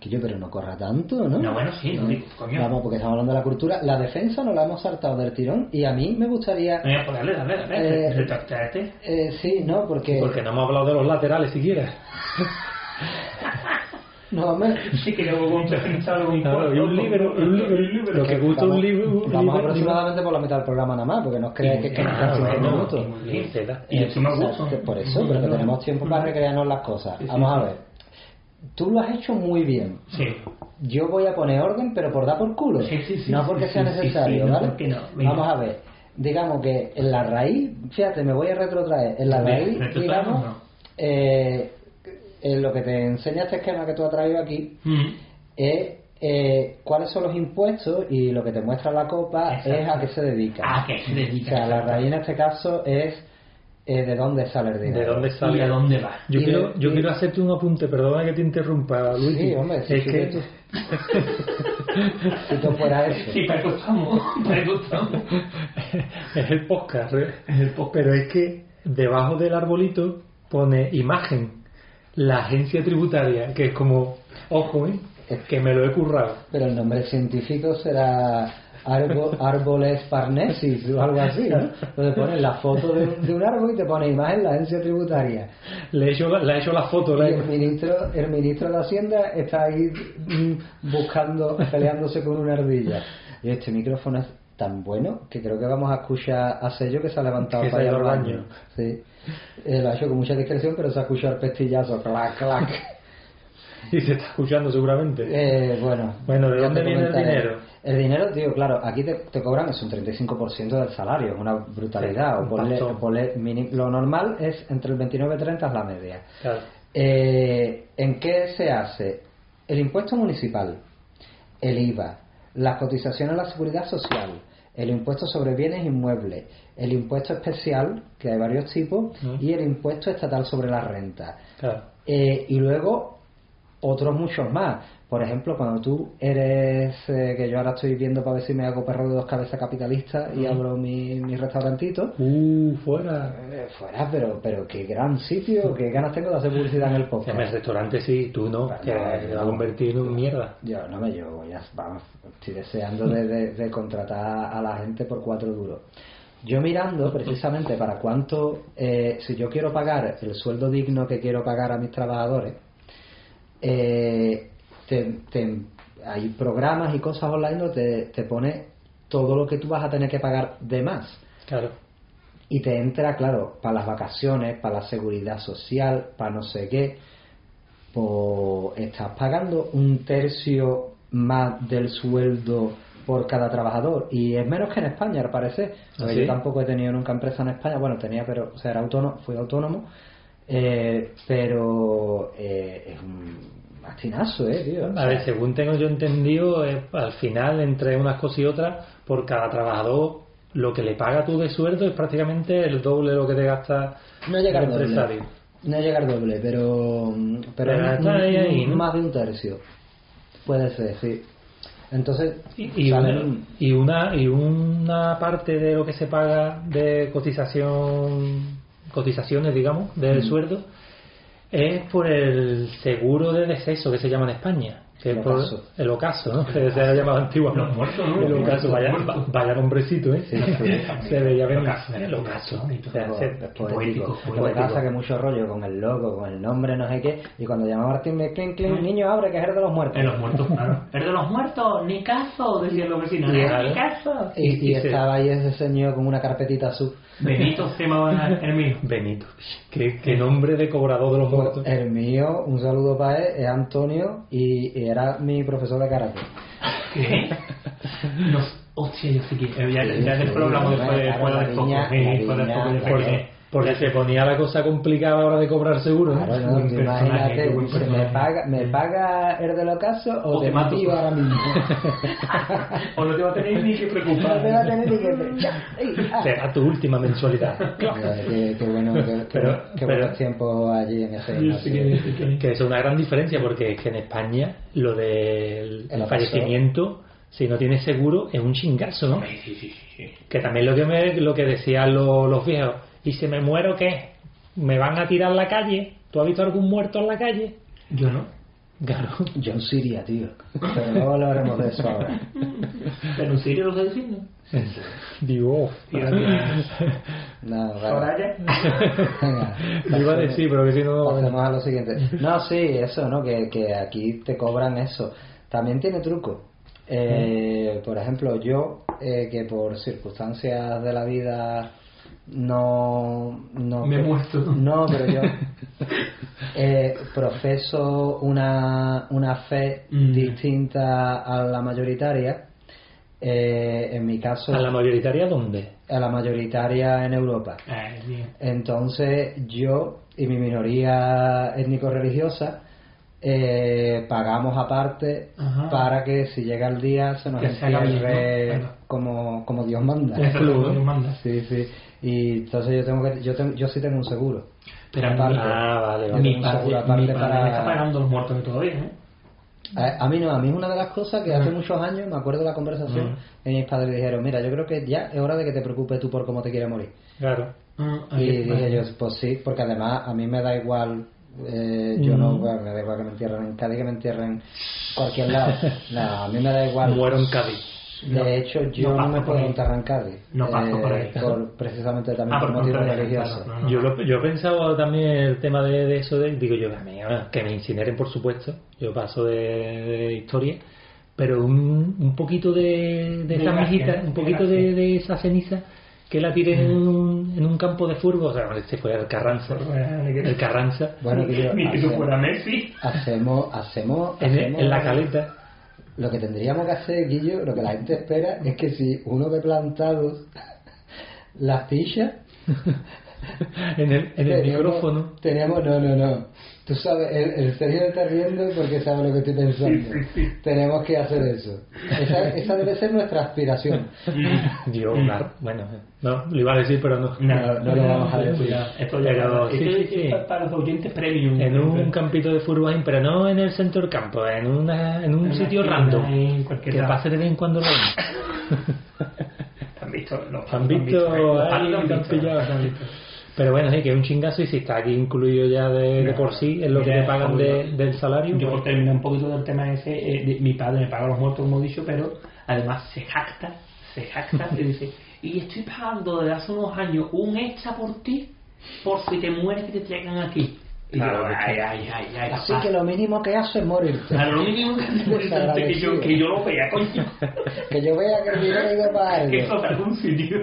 [SPEAKER 1] Que yo, pero no corra tanto, ¿no?
[SPEAKER 2] No, bueno, sí, no, digo, coño.
[SPEAKER 1] Vamos, porque estamos hablando de la cultura. La defensa no la hemos saltado del tirón y a mí me gustaría...
[SPEAKER 2] Venga, pues dale, dale, dale.
[SPEAKER 1] Eh,
[SPEAKER 2] retractate.
[SPEAKER 1] eh, sí, ¿no? Porque...
[SPEAKER 4] Porque no hemos hablado de los laterales siquiera.
[SPEAKER 1] No, hombre,
[SPEAKER 2] Sí, que luego con un defensor, un
[SPEAKER 4] Claro, y
[SPEAKER 2] cuarto,
[SPEAKER 4] un libro, y un libro, y un libro. Lo que gusta
[SPEAKER 1] vamos-
[SPEAKER 4] un libro. un
[SPEAKER 1] Vamos
[SPEAKER 4] libro-
[SPEAKER 1] aproximadamente por la mitad del programa nada más, porque no os creáis que, que nos quedan
[SPEAKER 4] Ah,
[SPEAKER 1] cinco
[SPEAKER 4] bueno,
[SPEAKER 1] minutos.
[SPEAKER 4] y- y se da.
[SPEAKER 2] Y encima
[SPEAKER 1] O sea,
[SPEAKER 2] gusto.
[SPEAKER 1] que por eso, pero que tenemos tiempo para recrearnos las cosas.
[SPEAKER 2] Sí, sí,
[SPEAKER 1] Vamos a
[SPEAKER 2] sí.
[SPEAKER 1] ver. Tú lo has hecho muy bien.
[SPEAKER 2] Sí.
[SPEAKER 1] Yo voy a poner orden, pero por dar por culo.
[SPEAKER 2] Sí, sí, sí,
[SPEAKER 1] no
[SPEAKER 2] sí,
[SPEAKER 1] porque
[SPEAKER 2] sí,
[SPEAKER 1] sea
[SPEAKER 2] sí, sí,
[SPEAKER 1] necesario,
[SPEAKER 2] no,
[SPEAKER 1] ¿vale?
[SPEAKER 2] porque no, venga.
[SPEAKER 1] Vamos a ver. Digamos que en la raíz, fíjate, me voy a retrotraer. En la
[SPEAKER 2] Venga,
[SPEAKER 1] raíz,
[SPEAKER 2] retrotraemos,
[SPEAKER 1] digamos,
[SPEAKER 2] no.
[SPEAKER 1] eh, en lo que te enseña este esquema que tú has traído aquí,
[SPEAKER 2] Mm.
[SPEAKER 1] es eh, cuáles son los impuestos y lo que te muestra la copa
[SPEAKER 2] Exacto. Ah,
[SPEAKER 1] es a qué se dedica.
[SPEAKER 2] ¿A qué se dedica?
[SPEAKER 1] O sea, la raíz en este caso es eh, de dónde sale el dinero.
[SPEAKER 4] ¿De dónde
[SPEAKER 2] ¿Y a
[SPEAKER 4] sale?
[SPEAKER 2] dónde va?
[SPEAKER 4] Yo,
[SPEAKER 1] Y
[SPEAKER 4] quiero,
[SPEAKER 1] de-
[SPEAKER 4] yo
[SPEAKER 1] y-
[SPEAKER 4] quiero hacerte un apunte, perdona que te interrumpa, Luis.
[SPEAKER 1] Sí, hombre, sí,
[SPEAKER 4] es
[SPEAKER 1] sí,
[SPEAKER 4] que
[SPEAKER 1] tú. Si tú fuera eso.
[SPEAKER 2] Sí, para eso estamos, para eso estamos.
[SPEAKER 4] es el podcast, ¿eh? pero es que debajo del arbolito pone imagen la agencia tributaria, que es como, ojo, ¿eh? que me lo he currado.
[SPEAKER 1] Pero el nombre científico será árbol, árboles parnesis o algo así, ¿no? Donde pones la foto de, un- de un árbol y te pone imagen la agencia tributaria.
[SPEAKER 4] Le he hecho, la- le he hecho la foto,
[SPEAKER 1] Y
[SPEAKER 4] la he-
[SPEAKER 1] el ministro, el ministro de Hacienda está ahí mm, buscando, peleándose con una ardilla. Y este micrófono es tan bueno que creo que vamos a escuchar a Sello que se ha levantado
[SPEAKER 4] Que se
[SPEAKER 1] para
[SPEAKER 4] ha
[SPEAKER 1] ir al
[SPEAKER 4] ido al
[SPEAKER 1] baño.
[SPEAKER 4] baño.
[SPEAKER 1] Sí. Eh, lo ha hecho con mucha discreción, pero se ha escuchado el pestillazo, clac, clac.
[SPEAKER 4] y se está escuchando seguramente.
[SPEAKER 1] Eh, bueno,
[SPEAKER 4] Bueno, ¿de
[SPEAKER 1] ya
[SPEAKER 4] dónde
[SPEAKER 1] te
[SPEAKER 4] viene el
[SPEAKER 1] comentaré.
[SPEAKER 4] dinero?
[SPEAKER 1] El dinero, tío, claro, aquí te, te cobran es un 35% del salario, es una brutalidad.
[SPEAKER 4] Sí,
[SPEAKER 1] o
[SPEAKER 4] un
[SPEAKER 1] ponle-
[SPEAKER 4] pastón.
[SPEAKER 1] ponle mini- lo normal es entre el 29 y 30 es la media.
[SPEAKER 4] Claro.
[SPEAKER 1] Eh, ¿En qué se hace? El impuesto municipal, el IVA, las cotizaciones a la seguridad social, el impuesto sobre bienes inmuebles, el impuesto especial, que hay varios tipos,
[SPEAKER 4] Mm.
[SPEAKER 1] y el impuesto estatal sobre la renta.
[SPEAKER 4] Claro.
[SPEAKER 1] Eh, y luego otros muchos más. Por ejemplo, cuando tú eres, eh, que yo ahora estoy viendo para ver si me hago perro de dos cabezas capitalista y abro mi, mi restaurantito,
[SPEAKER 4] Uh, fuera.
[SPEAKER 1] eh, fuera, pero, pero qué gran sitio, qué ganas tengo de hacer publicidad en el
[SPEAKER 4] En el
[SPEAKER 1] podcast.
[SPEAKER 4] restaurante sí, tú no,
[SPEAKER 1] Vale,
[SPEAKER 4] que
[SPEAKER 1] vale,
[SPEAKER 4] te va a
[SPEAKER 1] no.
[SPEAKER 4] convertir en un mierda.
[SPEAKER 1] Yo no me llevo, ya vamos, estoy deseando de, de- de contratar a la gente por cuatro duros. Yo mirando precisamente para cuánto, eh, si yo quiero pagar el sueldo digno que quiero pagar a mis trabajadores, eh, te- te- hay programas y cosas online donde te pone todo lo que tú vas a tener que pagar de más.
[SPEAKER 4] Claro.
[SPEAKER 1] Y te entra, claro, para las vacaciones, para la seguridad social, para no sé qué. Pues estás pagando un tercio más del sueldo por cada trabajador. Y es menos que en España, al parecer. Porque
[SPEAKER 4] ¿Ah, ¿Sí?
[SPEAKER 1] Yo tampoco he tenido nunca empresa en España. Bueno, tenía, pero o sea, era autónomo, fui autónomo. Eh, pero eh, es un mastinazo, ¿eh, tío? O
[SPEAKER 4] A ver,
[SPEAKER 1] sea,
[SPEAKER 4] según tengo yo entendido, es al final, entre unas cosas y otras, por cada trabajador, lo que le paga tú de sueldo es prácticamente el doble de lo que te gasta
[SPEAKER 1] No llega
[SPEAKER 4] el
[SPEAKER 1] al doble.
[SPEAKER 4] empresario.
[SPEAKER 1] No llega al doble, pero. mm, Pero
[SPEAKER 4] Pero
[SPEAKER 1] es
[SPEAKER 4] está
[SPEAKER 1] un-
[SPEAKER 4] ahí, ahí,
[SPEAKER 1] un-
[SPEAKER 4] ¿no?
[SPEAKER 1] más de un tercio. Puede ser, sí. Entonces,
[SPEAKER 4] Y, y una,
[SPEAKER 1] salen-
[SPEAKER 4] y, una, y una parte de lo que se paga de cotización, cotizaciones, digamos,
[SPEAKER 2] Mm.
[SPEAKER 4] del sueldo, es por el seguro de deceso que se llama en España. Que
[SPEAKER 1] El
[SPEAKER 4] es por-
[SPEAKER 1] ocaso.
[SPEAKER 4] el ocaso, ¿no? Que se ha llamado antiguamente.
[SPEAKER 2] Los muertos, ¿no?
[SPEAKER 4] El
[SPEAKER 2] Los
[SPEAKER 4] ocaso,
[SPEAKER 2] muertos,
[SPEAKER 4] vaya,
[SPEAKER 2] los muertos.
[SPEAKER 4] vaya nombrecito, ¿eh?
[SPEAKER 1] Sí, sí.
[SPEAKER 4] Se veía
[SPEAKER 2] El
[SPEAKER 4] venir.
[SPEAKER 2] ocaso, era
[SPEAKER 4] El
[SPEAKER 2] muy
[SPEAKER 4] ocaso.
[SPEAKER 2] bonito.
[SPEAKER 4] O sea,
[SPEAKER 1] Luego,
[SPEAKER 4] se-
[SPEAKER 1] es poético.
[SPEAKER 2] poético,
[SPEAKER 1] Lo que pasa
[SPEAKER 4] poético.
[SPEAKER 1] es que mucho rollo con el logo, con el nombre, no sé qué. Y cuando llama a Martín me clink,
[SPEAKER 4] Mm.
[SPEAKER 1] clink, niño, abre que es el de los muertos.
[SPEAKER 2] De los muertos, claro. Es de los muertos, ni caso, decían los vecinos.
[SPEAKER 4] Claro.
[SPEAKER 2] Ni caso.
[SPEAKER 1] Y, y
[SPEAKER 4] Y- y se-
[SPEAKER 1] estaba ahí ese señor con una carpetita azul.
[SPEAKER 2] Benito se llamaba el mío.
[SPEAKER 4] Benito. ¿Qué,
[SPEAKER 1] Eh,
[SPEAKER 4] qué nombre de cobrador de los
[SPEAKER 1] pues,
[SPEAKER 4] muertos.
[SPEAKER 1] El mío, un saludo para él, es Antonio y, y era mi profesor de karate.
[SPEAKER 2] ¿Qué? No, hostia, yo sé que. eh, Ya,
[SPEAKER 1] Sí,
[SPEAKER 2] ya
[SPEAKER 1] sí,
[SPEAKER 2] después hablamos
[SPEAKER 1] sí,
[SPEAKER 2] después de
[SPEAKER 1] claro,
[SPEAKER 2] después
[SPEAKER 1] la
[SPEAKER 2] del foco.
[SPEAKER 1] viña,
[SPEAKER 2] sí,
[SPEAKER 1] la
[SPEAKER 2] después del
[SPEAKER 1] viña,
[SPEAKER 2] foco, yo sé
[SPEAKER 1] la
[SPEAKER 4] Por-
[SPEAKER 2] que-
[SPEAKER 1] viña.
[SPEAKER 4] porque se ponía la cosa complicada a la hora de cobrar seguro. ¿no?
[SPEAKER 1] Claro, no,
[SPEAKER 4] Un
[SPEAKER 1] tú
[SPEAKER 4] personaje, qué
[SPEAKER 1] imagínate,
[SPEAKER 4] buen
[SPEAKER 1] se me
[SPEAKER 4] personaje.
[SPEAKER 1] paga, me paga el del ocaso o,
[SPEAKER 2] O
[SPEAKER 1] te
[SPEAKER 2] te mato.
[SPEAKER 1] mato ahora mismo.
[SPEAKER 2] O no te va a tener ni que
[SPEAKER 1] No te va a
[SPEAKER 2] preocupar.
[SPEAKER 1] tener ni que- Ya, ey, ah.
[SPEAKER 4] Será tu última mensualidad.
[SPEAKER 1] Mira, Qué, qué bueno, qué, qué-
[SPEAKER 4] Pero-
[SPEAKER 1] qué
[SPEAKER 4] pero-
[SPEAKER 1] buenos tiempos allí en ese gimnasio.
[SPEAKER 4] que es una gran diferencia porque es que en España lo del
[SPEAKER 1] El
[SPEAKER 4] fallecimiento, si no tienes seguro, es un chingazo, ¿no?
[SPEAKER 2] Sí, sí, sí, sí.
[SPEAKER 4] Que también lo que, me- lo que decían lo- los viejos, ¿y si me muero qué? ¿Me van a tirar a la calle? ¿Tú has visto algún muerto en la calle?
[SPEAKER 2] Yo no.
[SPEAKER 4] Claro.
[SPEAKER 1] John Siria, tío. Pero luego hablaremos de eso ahora.
[SPEAKER 2] Pero en serio lo estoy diciendo.
[SPEAKER 4] Digo, "Oh,
[SPEAKER 1] No, vale.
[SPEAKER 2] Soraya.
[SPEAKER 1] Venga,
[SPEAKER 4] Lo iba a decir, pero que si no...
[SPEAKER 1] Pasemos a lo siguiente. No, sí, eso, ¿no? Que, que aquí te cobran eso. También tiene truco.
[SPEAKER 4] Mm.
[SPEAKER 1] Eh, por ejemplo, yo, eh, que por circunstancias de la vida no... no
[SPEAKER 2] Me he muerto.
[SPEAKER 1] No, pero yo eh, profeso una, una fe
[SPEAKER 2] Mm.
[SPEAKER 1] distinta a la mayoritaria. Eh, en mi caso,
[SPEAKER 4] ¿A la mayoritaria dónde?
[SPEAKER 1] a la mayoritaria en Europa.
[SPEAKER 2] Ay, Ah, bien.
[SPEAKER 1] Entonces yo y mi minoría étnico-religiosa eh, pagamos aparte
[SPEAKER 2] Ajá.
[SPEAKER 1] para que si llega el día se nos
[SPEAKER 2] Que se haga bien,
[SPEAKER 1] entierre
[SPEAKER 2] ¿no? Claro.
[SPEAKER 1] como, como Dios manda.
[SPEAKER 2] Eso es lo que Dios manda.
[SPEAKER 1] Sí, sí. Y entonces yo tengo que yo, tengo- yo sí tengo un seguro.
[SPEAKER 2] Pero
[SPEAKER 1] Aparte.
[SPEAKER 2] mi-
[SPEAKER 4] Ah, vale, vale.
[SPEAKER 2] mi
[SPEAKER 1] Un
[SPEAKER 2] padre,
[SPEAKER 1] seguro aparte
[SPEAKER 2] mi padre
[SPEAKER 1] para-
[SPEAKER 2] me está pagando los muertos de todavía, ¿eh?
[SPEAKER 1] A, a mí no, a mí es una de las cosas que hace muchos años me acuerdo de la conversación y mis padres dijeron, mira, yo creo que ya es hora de que te preocupes tú por cómo te quieres morir.
[SPEAKER 4] Claro.
[SPEAKER 2] Ah,
[SPEAKER 1] Y
[SPEAKER 2] ahí está.
[SPEAKER 1] dije yo, pues sí, porque además a mí me da igual, eh, yo
[SPEAKER 2] Mm.
[SPEAKER 1] no, bueno, me da igual que me entierren en Cádiz, que me entierren en cualquier lado. No, a mí me da igual.
[SPEAKER 4] Muero en Cádiz.
[SPEAKER 1] de hecho, yo no,
[SPEAKER 2] no paso
[SPEAKER 1] me
[SPEAKER 2] por
[SPEAKER 1] puedo
[SPEAKER 2] ahí.
[SPEAKER 1] enterrar en Cádiz. eh,
[SPEAKER 2] No paso por ahí.
[SPEAKER 1] por- precisamente también
[SPEAKER 2] Ah,
[SPEAKER 1] por
[SPEAKER 2] por
[SPEAKER 1] motivos
[SPEAKER 2] contra de-
[SPEAKER 1] religiosos.
[SPEAKER 2] claro, no, no.
[SPEAKER 4] Yo, lo, yo he pensado también el tema de, de eso, de, digo yo, a mí, ah, que me incineren por supuesto, yo paso de, de historia, pero un, un poquito de, de
[SPEAKER 2] De
[SPEAKER 4] esas
[SPEAKER 2] gracia,
[SPEAKER 4] mijitas,
[SPEAKER 2] ¿no?
[SPEAKER 4] un
[SPEAKER 2] De
[SPEAKER 4] poquito de,
[SPEAKER 2] gracia.
[SPEAKER 4] de esa ceniza que la tiren en, un, en un campo de fútbol, o sea, este fue el Carranza, el Carranza,
[SPEAKER 1] Bueno, tío,
[SPEAKER 2] eh, Ni que tú
[SPEAKER 1] hacemos,
[SPEAKER 2] fuera Messi.
[SPEAKER 1] hacemos, hacemos,
[SPEAKER 4] en,
[SPEAKER 1] hacemos-
[SPEAKER 4] en la caleta,
[SPEAKER 1] Lo que tendríamos que hacer, Guillo, lo que la gente espera es que si uno ve plantados las fichas
[SPEAKER 4] en el, en el
[SPEAKER 1] Teníamos-
[SPEAKER 4] micrófono.
[SPEAKER 1] Teníamos, no, no, no. Tú sabes, el, el Sergio está riendo porque sabe lo que estoy pensando. Tenemos que hacer eso. Esa, esa debe ser nuestra aspiración.
[SPEAKER 4] Dios, claro. Bueno, no, lo iba a decir, pero no.
[SPEAKER 1] No, no lo vamos a decir.
[SPEAKER 4] Cuidado. Esto ya ha quedado.
[SPEAKER 2] Esto
[SPEAKER 4] Sí,
[SPEAKER 2] es
[SPEAKER 4] sí, sí.
[SPEAKER 2] para- para los oyentes premium.
[SPEAKER 4] En un campito de furbajín, pero no en el centro del campo, en, una, en un
[SPEAKER 2] En
[SPEAKER 4] sitio
[SPEAKER 2] una
[SPEAKER 4] random.
[SPEAKER 2] esquina, en cualquier
[SPEAKER 4] Que
[SPEAKER 2] lado.
[SPEAKER 4] pase de vez en cuando lo ven.
[SPEAKER 2] Han visto. Los,
[SPEAKER 4] Han visto,
[SPEAKER 2] los
[SPEAKER 4] ay,
[SPEAKER 2] palos
[SPEAKER 4] te han pillado, te han visto. Pero bueno, sí, que es un chingazo y si está aquí incluido ya de, de por sí, es lo que
[SPEAKER 2] Mira,
[SPEAKER 4] te pagan de-
[SPEAKER 2] obvio.
[SPEAKER 4] del salario.
[SPEAKER 2] Yo
[SPEAKER 4] pues,
[SPEAKER 2] por terminar un poquito del tema ese, eh, de- mi padre me paga los muertos, como he dicho, pero además se jacta, se jacta y dice, y estoy pagando desde hace unos años un extra por ti, por si te mueres que te traigan aquí. Y
[SPEAKER 4] Claro,
[SPEAKER 2] yo,
[SPEAKER 4] que
[SPEAKER 2] ay, ay, ay, ay,
[SPEAKER 1] Así
[SPEAKER 2] papá.
[SPEAKER 1] que lo mínimo que hace es morirte.
[SPEAKER 2] Claro, lo mínimo que es importante que yo, que yo lo vea, coño.
[SPEAKER 1] Que yo vea que el dinero iba para
[SPEAKER 2] que
[SPEAKER 1] algo.
[SPEAKER 2] eso de algún sitio.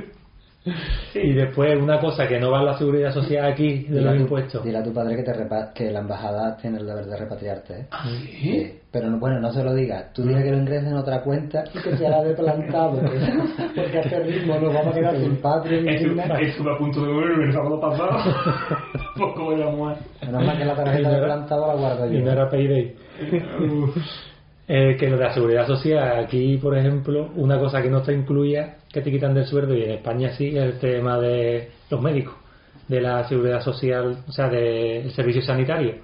[SPEAKER 4] Y después una cosa que no va a la seguridad social aquí de
[SPEAKER 1] Dile a
[SPEAKER 4] los
[SPEAKER 1] tu-
[SPEAKER 4] impuestos.
[SPEAKER 1] Dile a tu padre que, te repa- que la embajada tiene el deber de repatriarte. ¿eh?
[SPEAKER 2] Ah, ¿Sí?
[SPEAKER 1] Pero no- bueno, no se lo digas. Tú digas que lo ingreses en otra cuenta y que se la de plantado. que- Porque a este ritmo nos vamos a quedar sin patria ni sin nada.
[SPEAKER 2] Estuve a punto de morir el sábado pasado. Por cómo la muerte.
[SPEAKER 1] Menos mal que la tarjeta de plantado la guardo
[SPEAKER 4] Y no
[SPEAKER 1] yo.
[SPEAKER 4] era payday. Eh, que lo de la seguridad social, aquí por ejemplo, una cosa que no te incluía, que te quitan del sueldo, y en España sí, es el tema de los médicos, de la seguridad social, o sea, del servicio sanitario.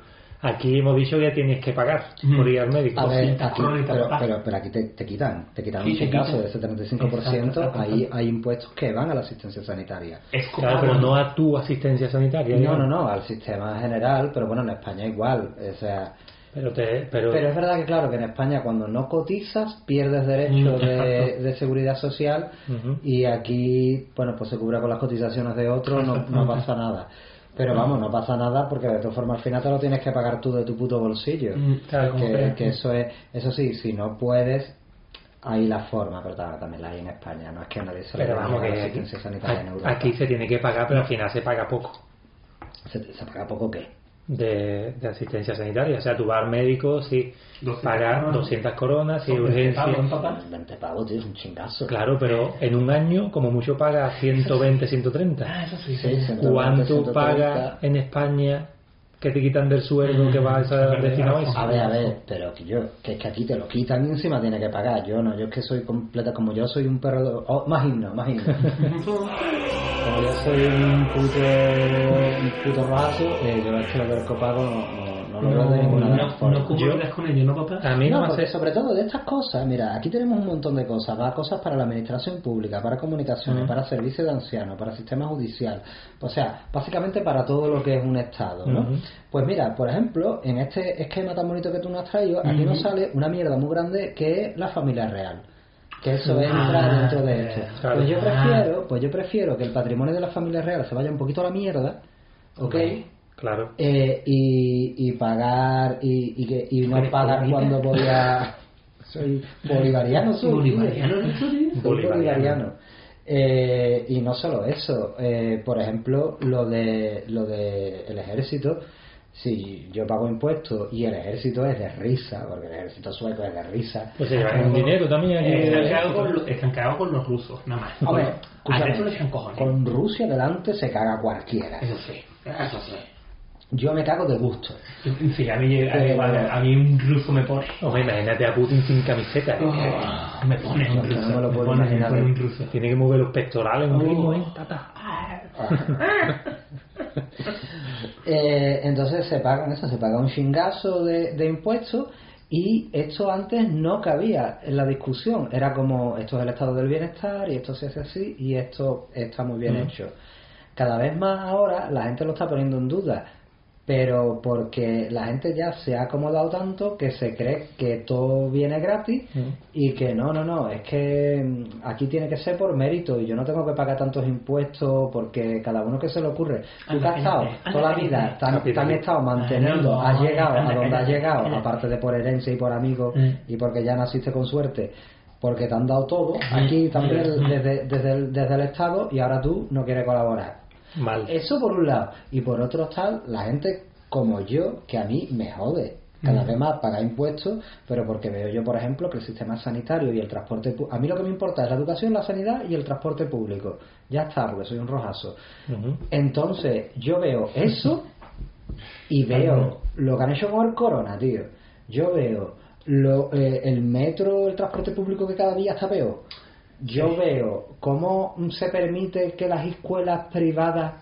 [SPEAKER 4] Aquí hemos dicho que tienes que pagar por ir al médico.
[SPEAKER 1] A ver,
[SPEAKER 2] Cosita,
[SPEAKER 1] aquí,
[SPEAKER 2] crónica,
[SPEAKER 1] pero,
[SPEAKER 2] papá.
[SPEAKER 1] pero, pero aquí te, te quitan, te quitan
[SPEAKER 2] Sí,
[SPEAKER 1] un
[SPEAKER 2] te
[SPEAKER 1] caso
[SPEAKER 2] quitan.
[SPEAKER 1] de ese 35%,
[SPEAKER 2] Exacto,
[SPEAKER 1] ahí hay impuestos que van a la asistencia sanitaria.
[SPEAKER 2] Es
[SPEAKER 4] Claro,
[SPEAKER 2] como
[SPEAKER 4] pero no a tu asistencia sanitaria.
[SPEAKER 1] No,
[SPEAKER 4] digamos.
[SPEAKER 1] no, no, al sistema general, pero bueno, en España igual, o sea...
[SPEAKER 4] Pero, te, pero,
[SPEAKER 1] Pero es verdad que claro, que en España cuando no cotizas pierdes derecho
[SPEAKER 4] Mm,
[SPEAKER 1] de,
[SPEAKER 4] exacto.
[SPEAKER 1] de seguridad social
[SPEAKER 4] Ujú.
[SPEAKER 1] y aquí, bueno, pues se cubre con las cotizaciones de otros, no, no pasa nada. Pero vamos, no pasa nada porque de todas formas al final te lo tienes que pagar tú de tu puto bolsillo.
[SPEAKER 4] Mm, claro, como
[SPEAKER 1] que,
[SPEAKER 4] sea.
[SPEAKER 1] que eso es, eso sí, si no puedes, hay la forma, pero tam- también la hay en España, no es que a nadie se le
[SPEAKER 4] pero
[SPEAKER 1] vaya
[SPEAKER 4] vamos,
[SPEAKER 1] a
[SPEAKER 4] que
[SPEAKER 1] la
[SPEAKER 4] aquí,
[SPEAKER 1] asistencia sanitaria en Europa.
[SPEAKER 4] aquí se tiene que pagar, pero al final se paga poco.
[SPEAKER 1] ¿Se, se paga poco qué?
[SPEAKER 4] de, de asistencia sanitaria. O sea, tu vas al médico, si
[SPEAKER 2] 200
[SPEAKER 4] pagas
[SPEAKER 2] coronas.
[SPEAKER 4] 200 coronas, si urgencia.
[SPEAKER 2] Pablo, papá.
[SPEAKER 1] 20 pavos, tío, es un chingazo.
[SPEAKER 4] Claro, pero en un año, como mucho, pagas 120, 130.
[SPEAKER 2] Eh. Ah, eso sí.
[SPEAKER 1] Sí, 120,
[SPEAKER 4] ¿Cuánto
[SPEAKER 1] 130.
[SPEAKER 4] pagas en España que te quitan del sueldo que vas a
[SPEAKER 2] Mm, verdad.
[SPEAKER 4] destinar a
[SPEAKER 1] A
[SPEAKER 4] eso?
[SPEAKER 1] ver, a ver, pero que yo, que es que aquí te lo quitan y encima tiene que pagar. Yo no, yo es que soy completa, como yo soy un perro. de- oh, más himno, más himno. como yo soy un puto, un puto raso, eh, yo es que lo del copago no, no, no lo veo de ninguna de las
[SPEAKER 2] No,
[SPEAKER 1] formas.
[SPEAKER 2] no
[SPEAKER 4] Yo-
[SPEAKER 2] comunicas con ellos, ¿no, papá?
[SPEAKER 4] A mí no,
[SPEAKER 1] No,
[SPEAKER 4] me
[SPEAKER 1] porque
[SPEAKER 4] hace
[SPEAKER 1] sobre todo de estas cosas, mira, aquí tenemos un montón de cosas, va cosas para la administración pública, para comunicaciones, para servicios de ancianos, para sistema judicial, o sea, básicamente para todo lo que es un Estado, ¿no?
[SPEAKER 4] Ujú.
[SPEAKER 1] Pues mira, por ejemplo, en este esquema tan bonito que tú nos has traído, aquí nos sale una mierda muy grande que es la familia real. Que eso entra dentro de esto.
[SPEAKER 4] Ah, claro. Ah.
[SPEAKER 1] Pues yo prefiero, pues yo prefiero que el patrimonio de la familia real se vaya un poquito a la mierda, ¿ok?
[SPEAKER 4] Claro.
[SPEAKER 1] Eh, y, y pagar y, y, que- y no
[SPEAKER 2] Eres
[SPEAKER 1] pagar
[SPEAKER 2] comunista.
[SPEAKER 1] cuando voy a soy bolivariano soy
[SPEAKER 2] Bolivariano,
[SPEAKER 1] tío.
[SPEAKER 2] ¿no? Eso sí.
[SPEAKER 1] Soy
[SPEAKER 4] Bolivariano.
[SPEAKER 1] bolivariano. Eh, y no solo eso eh, por ejemplo lo de lo de el ejército si yo pago impuestos y el ejército es de risa porque el ejército sueco es de risa
[SPEAKER 4] Pues se llevan un dinero también allí.
[SPEAKER 2] Ah, Eh, Están cagados con lo- están cagados con los rusos, nada más.
[SPEAKER 1] Hombre,
[SPEAKER 2] al
[SPEAKER 1] escúchame,
[SPEAKER 2] resto le echan cojones.
[SPEAKER 1] con Rusia delante se caga cualquiera
[SPEAKER 2] Eso sí, eso sí.
[SPEAKER 1] yo me cago de gusto
[SPEAKER 2] Sí, a mí, a mí, a mí un ruso me pone.
[SPEAKER 4] Hombre, imagínate a Putin sin camiseta.
[SPEAKER 2] Oh, me pone un
[SPEAKER 1] Ah. No,
[SPEAKER 2] ruso.
[SPEAKER 1] no me lo puedo
[SPEAKER 2] pone-
[SPEAKER 1] imaginar.
[SPEAKER 2] pone un ruso.
[SPEAKER 4] Tiene que mover los pectorales en un ritmo, ¿eh? Ta, ta.
[SPEAKER 1] Ah. Eh, entonces se pagan eso, se paga un chingazo de, de impuestos y esto antes no cabía en la discusión. Era como esto es el estado del bienestar y esto se hace así y esto está muy bien hecho. Cada vez más ahora la gente lo está poniendo en duda, pero porque la gente ya se ha acomodado tanto que se cree que todo viene gratis y que no, no, no, es que mm, aquí tiene que ser por mérito y yo no tengo que pagar tantos impuestos porque cada uno que se le ocurre. Tú que
[SPEAKER 2] Anda,
[SPEAKER 1] has estado
[SPEAKER 2] cállate, anda,
[SPEAKER 1] toda la
[SPEAKER 2] cállate.
[SPEAKER 1] vida, tan,
[SPEAKER 4] Rápido.
[SPEAKER 1] tan estado manteniendo,
[SPEAKER 2] Anda,
[SPEAKER 1] has llegado
[SPEAKER 2] anda,
[SPEAKER 1] a donde has
[SPEAKER 2] cállate,
[SPEAKER 1] llegado,
[SPEAKER 2] cállate.
[SPEAKER 1] aparte de por herencia y por amigos
[SPEAKER 4] Mm.
[SPEAKER 1] y porque ya naciste con suerte, porque te han dado todo, aquí también
[SPEAKER 4] mm.
[SPEAKER 1] desde, desde, el, desde el Estado y ahora tú no quieres colaborar.
[SPEAKER 4] Mal.
[SPEAKER 1] Eh. Eso por un lado. Y por otro está la gente como yo que a mí me jode. cada vez más pagar impuestos, pero porque veo yo, por ejemplo, que el sistema sanitario y el transporte pu- a mí lo que me importa es la educación, la sanidad y el transporte público. Ya está, porque soy un rojazo. Entonces, yo veo eso y veo lo que han hecho con el corona, tío. Yo veo lo, eh, el metro, el transporte público que cada día está peor. Yo veo cómo se permite que las escuelas privadas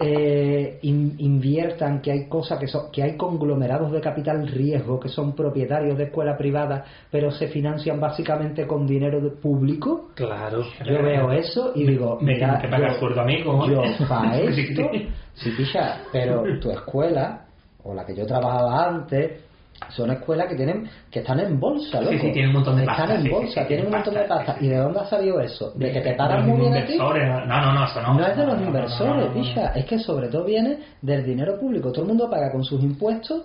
[SPEAKER 1] eh, in- inviertan, que hay cosas que son, que hay conglomerados de capital riesgo que son propietarios de escuelas privadas, pero se financian básicamente con dinero de- público.
[SPEAKER 4] Claro.
[SPEAKER 1] Yo veo eso y digo,
[SPEAKER 2] me
[SPEAKER 1] mira,
[SPEAKER 2] tienes que pagar
[SPEAKER 1] yo-
[SPEAKER 2] sueldo a mí, cojones.
[SPEAKER 1] yo para esto, sí, pilla, pero tu escuela, o la que yo trabajaba antes, son escuelas que tienen que están en bolsa,
[SPEAKER 2] Sí,
[SPEAKER 1] loco.
[SPEAKER 2] sí, tienen un montón de
[SPEAKER 1] Están
[SPEAKER 2] pasta,
[SPEAKER 1] en
[SPEAKER 2] sí, sí,
[SPEAKER 1] bolsa,
[SPEAKER 2] sí,
[SPEAKER 1] tienen un
[SPEAKER 2] tienen
[SPEAKER 1] montón de
[SPEAKER 2] pasta,
[SPEAKER 1] pasta.
[SPEAKER 2] sí, sí.
[SPEAKER 1] ¿Y de dónde ha salido eso? ¿De que te paran
[SPEAKER 2] Los
[SPEAKER 1] muy bien a ti?
[SPEAKER 2] inversores, No, no, no, eso no.
[SPEAKER 1] No es de los
[SPEAKER 2] no, no,
[SPEAKER 1] inversores,
[SPEAKER 2] no, no, no.
[SPEAKER 1] picha. Es que sobre todo viene del dinero público. Todo el mundo paga con sus impuestos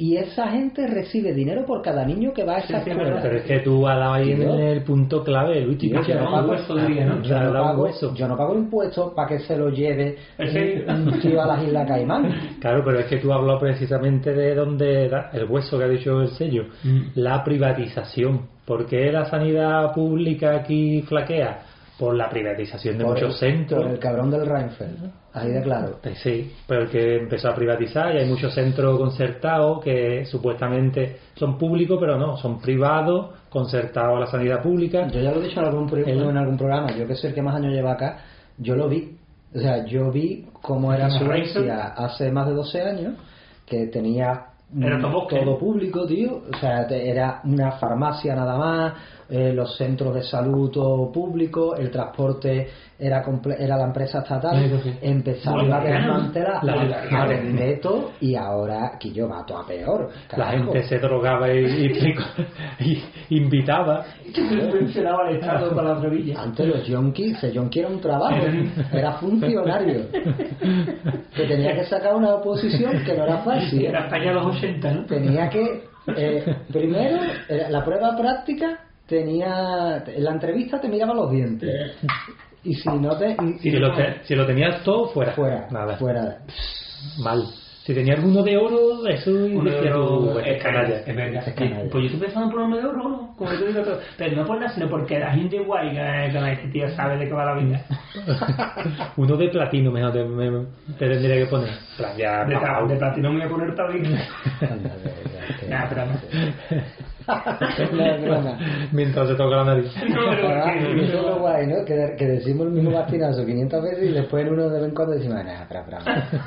[SPEAKER 1] y esa gente recibe dinero por cada niño que va a esa
[SPEAKER 4] Sí,
[SPEAKER 1] escuela.
[SPEAKER 4] bueno, pero es que tú has dado ahí en
[SPEAKER 1] Tío.
[SPEAKER 4] el punto clave, Luis.
[SPEAKER 1] Tío,
[SPEAKER 4] que
[SPEAKER 1] yo no
[SPEAKER 4] no,
[SPEAKER 1] pago-
[SPEAKER 4] hueso, diría, ¿no?
[SPEAKER 1] yo no
[SPEAKER 4] Has dado
[SPEAKER 1] pago- Pues
[SPEAKER 4] hueso.
[SPEAKER 1] yo no pago impuestos para que se lo lleve
[SPEAKER 2] Sí.
[SPEAKER 1] un, un tío a las Islas Caimán.
[SPEAKER 4] Claro, pero es que tú hablado precisamente de donde da el hueso que ha dicho el sello,
[SPEAKER 2] Mm.
[SPEAKER 4] la privatización. ¿Por qué la sanidad pública aquí flaquea? Por la privatización de
[SPEAKER 1] Por
[SPEAKER 4] muchos
[SPEAKER 1] el-
[SPEAKER 4] centros.
[SPEAKER 1] Por el cabrón del Reinfeldt. Ahí de claro.
[SPEAKER 4] Eh, Sí, pero el que empezó a privatizar y hay muchos centros concertados que supuestamente son públicos, pero no, son privados, concertados a la sanidad pública.
[SPEAKER 1] Yo ya lo he dicho en algún, pro- en algún programa, yo que soy el que más años lleva acá, yo lo vi. O sea, yo vi cómo era
[SPEAKER 2] ¿Cómo era
[SPEAKER 1] Suecia hace más de 12 años, que tenía mm,
[SPEAKER 2] Era todo bosque.
[SPEAKER 1] todo público, tío. O sea, te- era una farmacia nada más, eh, los centros de salud todo público, el transporte era comple- era la empresa
[SPEAKER 4] Sí,
[SPEAKER 1] estatal.
[SPEAKER 4] sí, sí.
[SPEAKER 1] Empezaron a
[SPEAKER 2] Bolivariano.
[SPEAKER 1] desmantelar,
[SPEAKER 4] La
[SPEAKER 1] a, a
[SPEAKER 4] bolivariana.
[SPEAKER 1] vender todo, y ahora que yo mato a peor.
[SPEAKER 4] La
[SPEAKER 1] carajo.
[SPEAKER 4] gente se drogaba y, y- y invitaba.
[SPEAKER 2] Mencionaba el Estado con la rodilla.
[SPEAKER 1] Antes los yonkis, el yonki era un trabajo, era funcionario, que tenía que sacar una oposición que no era fácil.
[SPEAKER 2] Era España los 80, ¿no?
[SPEAKER 1] Tenía que, eh, primero, eh, la prueba práctica tenía, en la entrevista te miraba los dientes. Y si no te... y-
[SPEAKER 4] Si lo, te- si lo tenías todo, fuera.
[SPEAKER 1] fuera,
[SPEAKER 4] Nada.
[SPEAKER 1] fuera.
[SPEAKER 4] Mal. Si tenía alguno de oro, eso
[SPEAKER 2] Uno de
[SPEAKER 4] decía tú, "Pues,
[SPEAKER 2] los
[SPEAKER 4] "Bueno,
[SPEAKER 2] es canalla, es verdad.
[SPEAKER 1] Es canalla.
[SPEAKER 2] Pues yo estoy pensando en ponerme de oro, ¿no? como yo digo todo. Pero no por nada, sino porque la gente guay que que la gente tía sabe de qué va la vida.
[SPEAKER 1] Mm.
[SPEAKER 4] Uno de platino mejor te, me- te tendría que poner. En plan, ya,
[SPEAKER 2] De,
[SPEAKER 4] papá,
[SPEAKER 2] ta- de platino me voy a poner tabique.
[SPEAKER 1] Anda, de verdad, que-
[SPEAKER 2] Nah, pero
[SPEAKER 1] No, es broma.
[SPEAKER 4] Mientras se toca la nariz.
[SPEAKER 2] no. No, pero
[SPEAKER 1] Ah,
[SPEAKER 2] que-
[SPEAKER 1] eso es lo guay, ¿no? Que, de- que decimos el mismo bastinazo 500 veces y después en uno de vez en cuando decimos, nada, pero,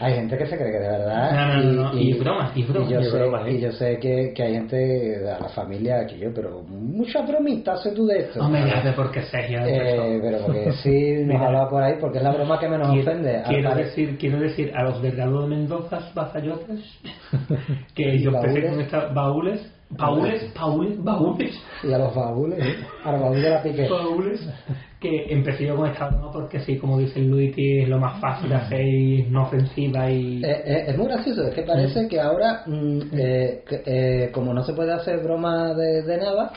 [SPEAKER 1] Hay gente que se cree que de verdad.
[SPEAKER 2] No, no, no, no. Y bromas, y bromas,
[SPEAKER 1] yo
[SPEAKER 2] y
[SPEAKER 1] sé,
[SPEAKER 2] bromas, ¿eh?
[SPEAKER 1] y yo sé que, que hay gente, a la familia que yo, pero muchas bromitas haces tú de esto.
[SPEAKER 2] Hombre, ya sé por qué Sergio empezó.
[SPEAKER 1] Eh, pero porque sí, nos
[SPEAKER 2] Mira.
[SPEAKER 1] hablaba por ahí, porque es la broma que menos
[SPEAKER 2] Quiero-
[SPEAKER 1] ofende. Al
[SPEAKER 2] Quiero
[SPEAKER 1] pare-
[SPEAKER 2] decir, quiero decir a los delgados de Mendoza, Bazayotes, que yo empecé
[SPEAKER 1] Baúles.
[SPEAKER 2] con estas baúles, baúles, baúles, baúles,
[SPEAKER 1] Y a los baúles, ¿eh? a los baúles de la pique.
[SPEAKER 2] baúles, que empecé yo con esta broma porque sí, como dice Luis, que es lo más fácil de hacer y es no ofensiva y...
[SPEAKER 1] Mm. Eh, eh, es muy gracioso, es que parece que ahora, mm, eh, que, eh, como no se puede hacer broma de, de nada,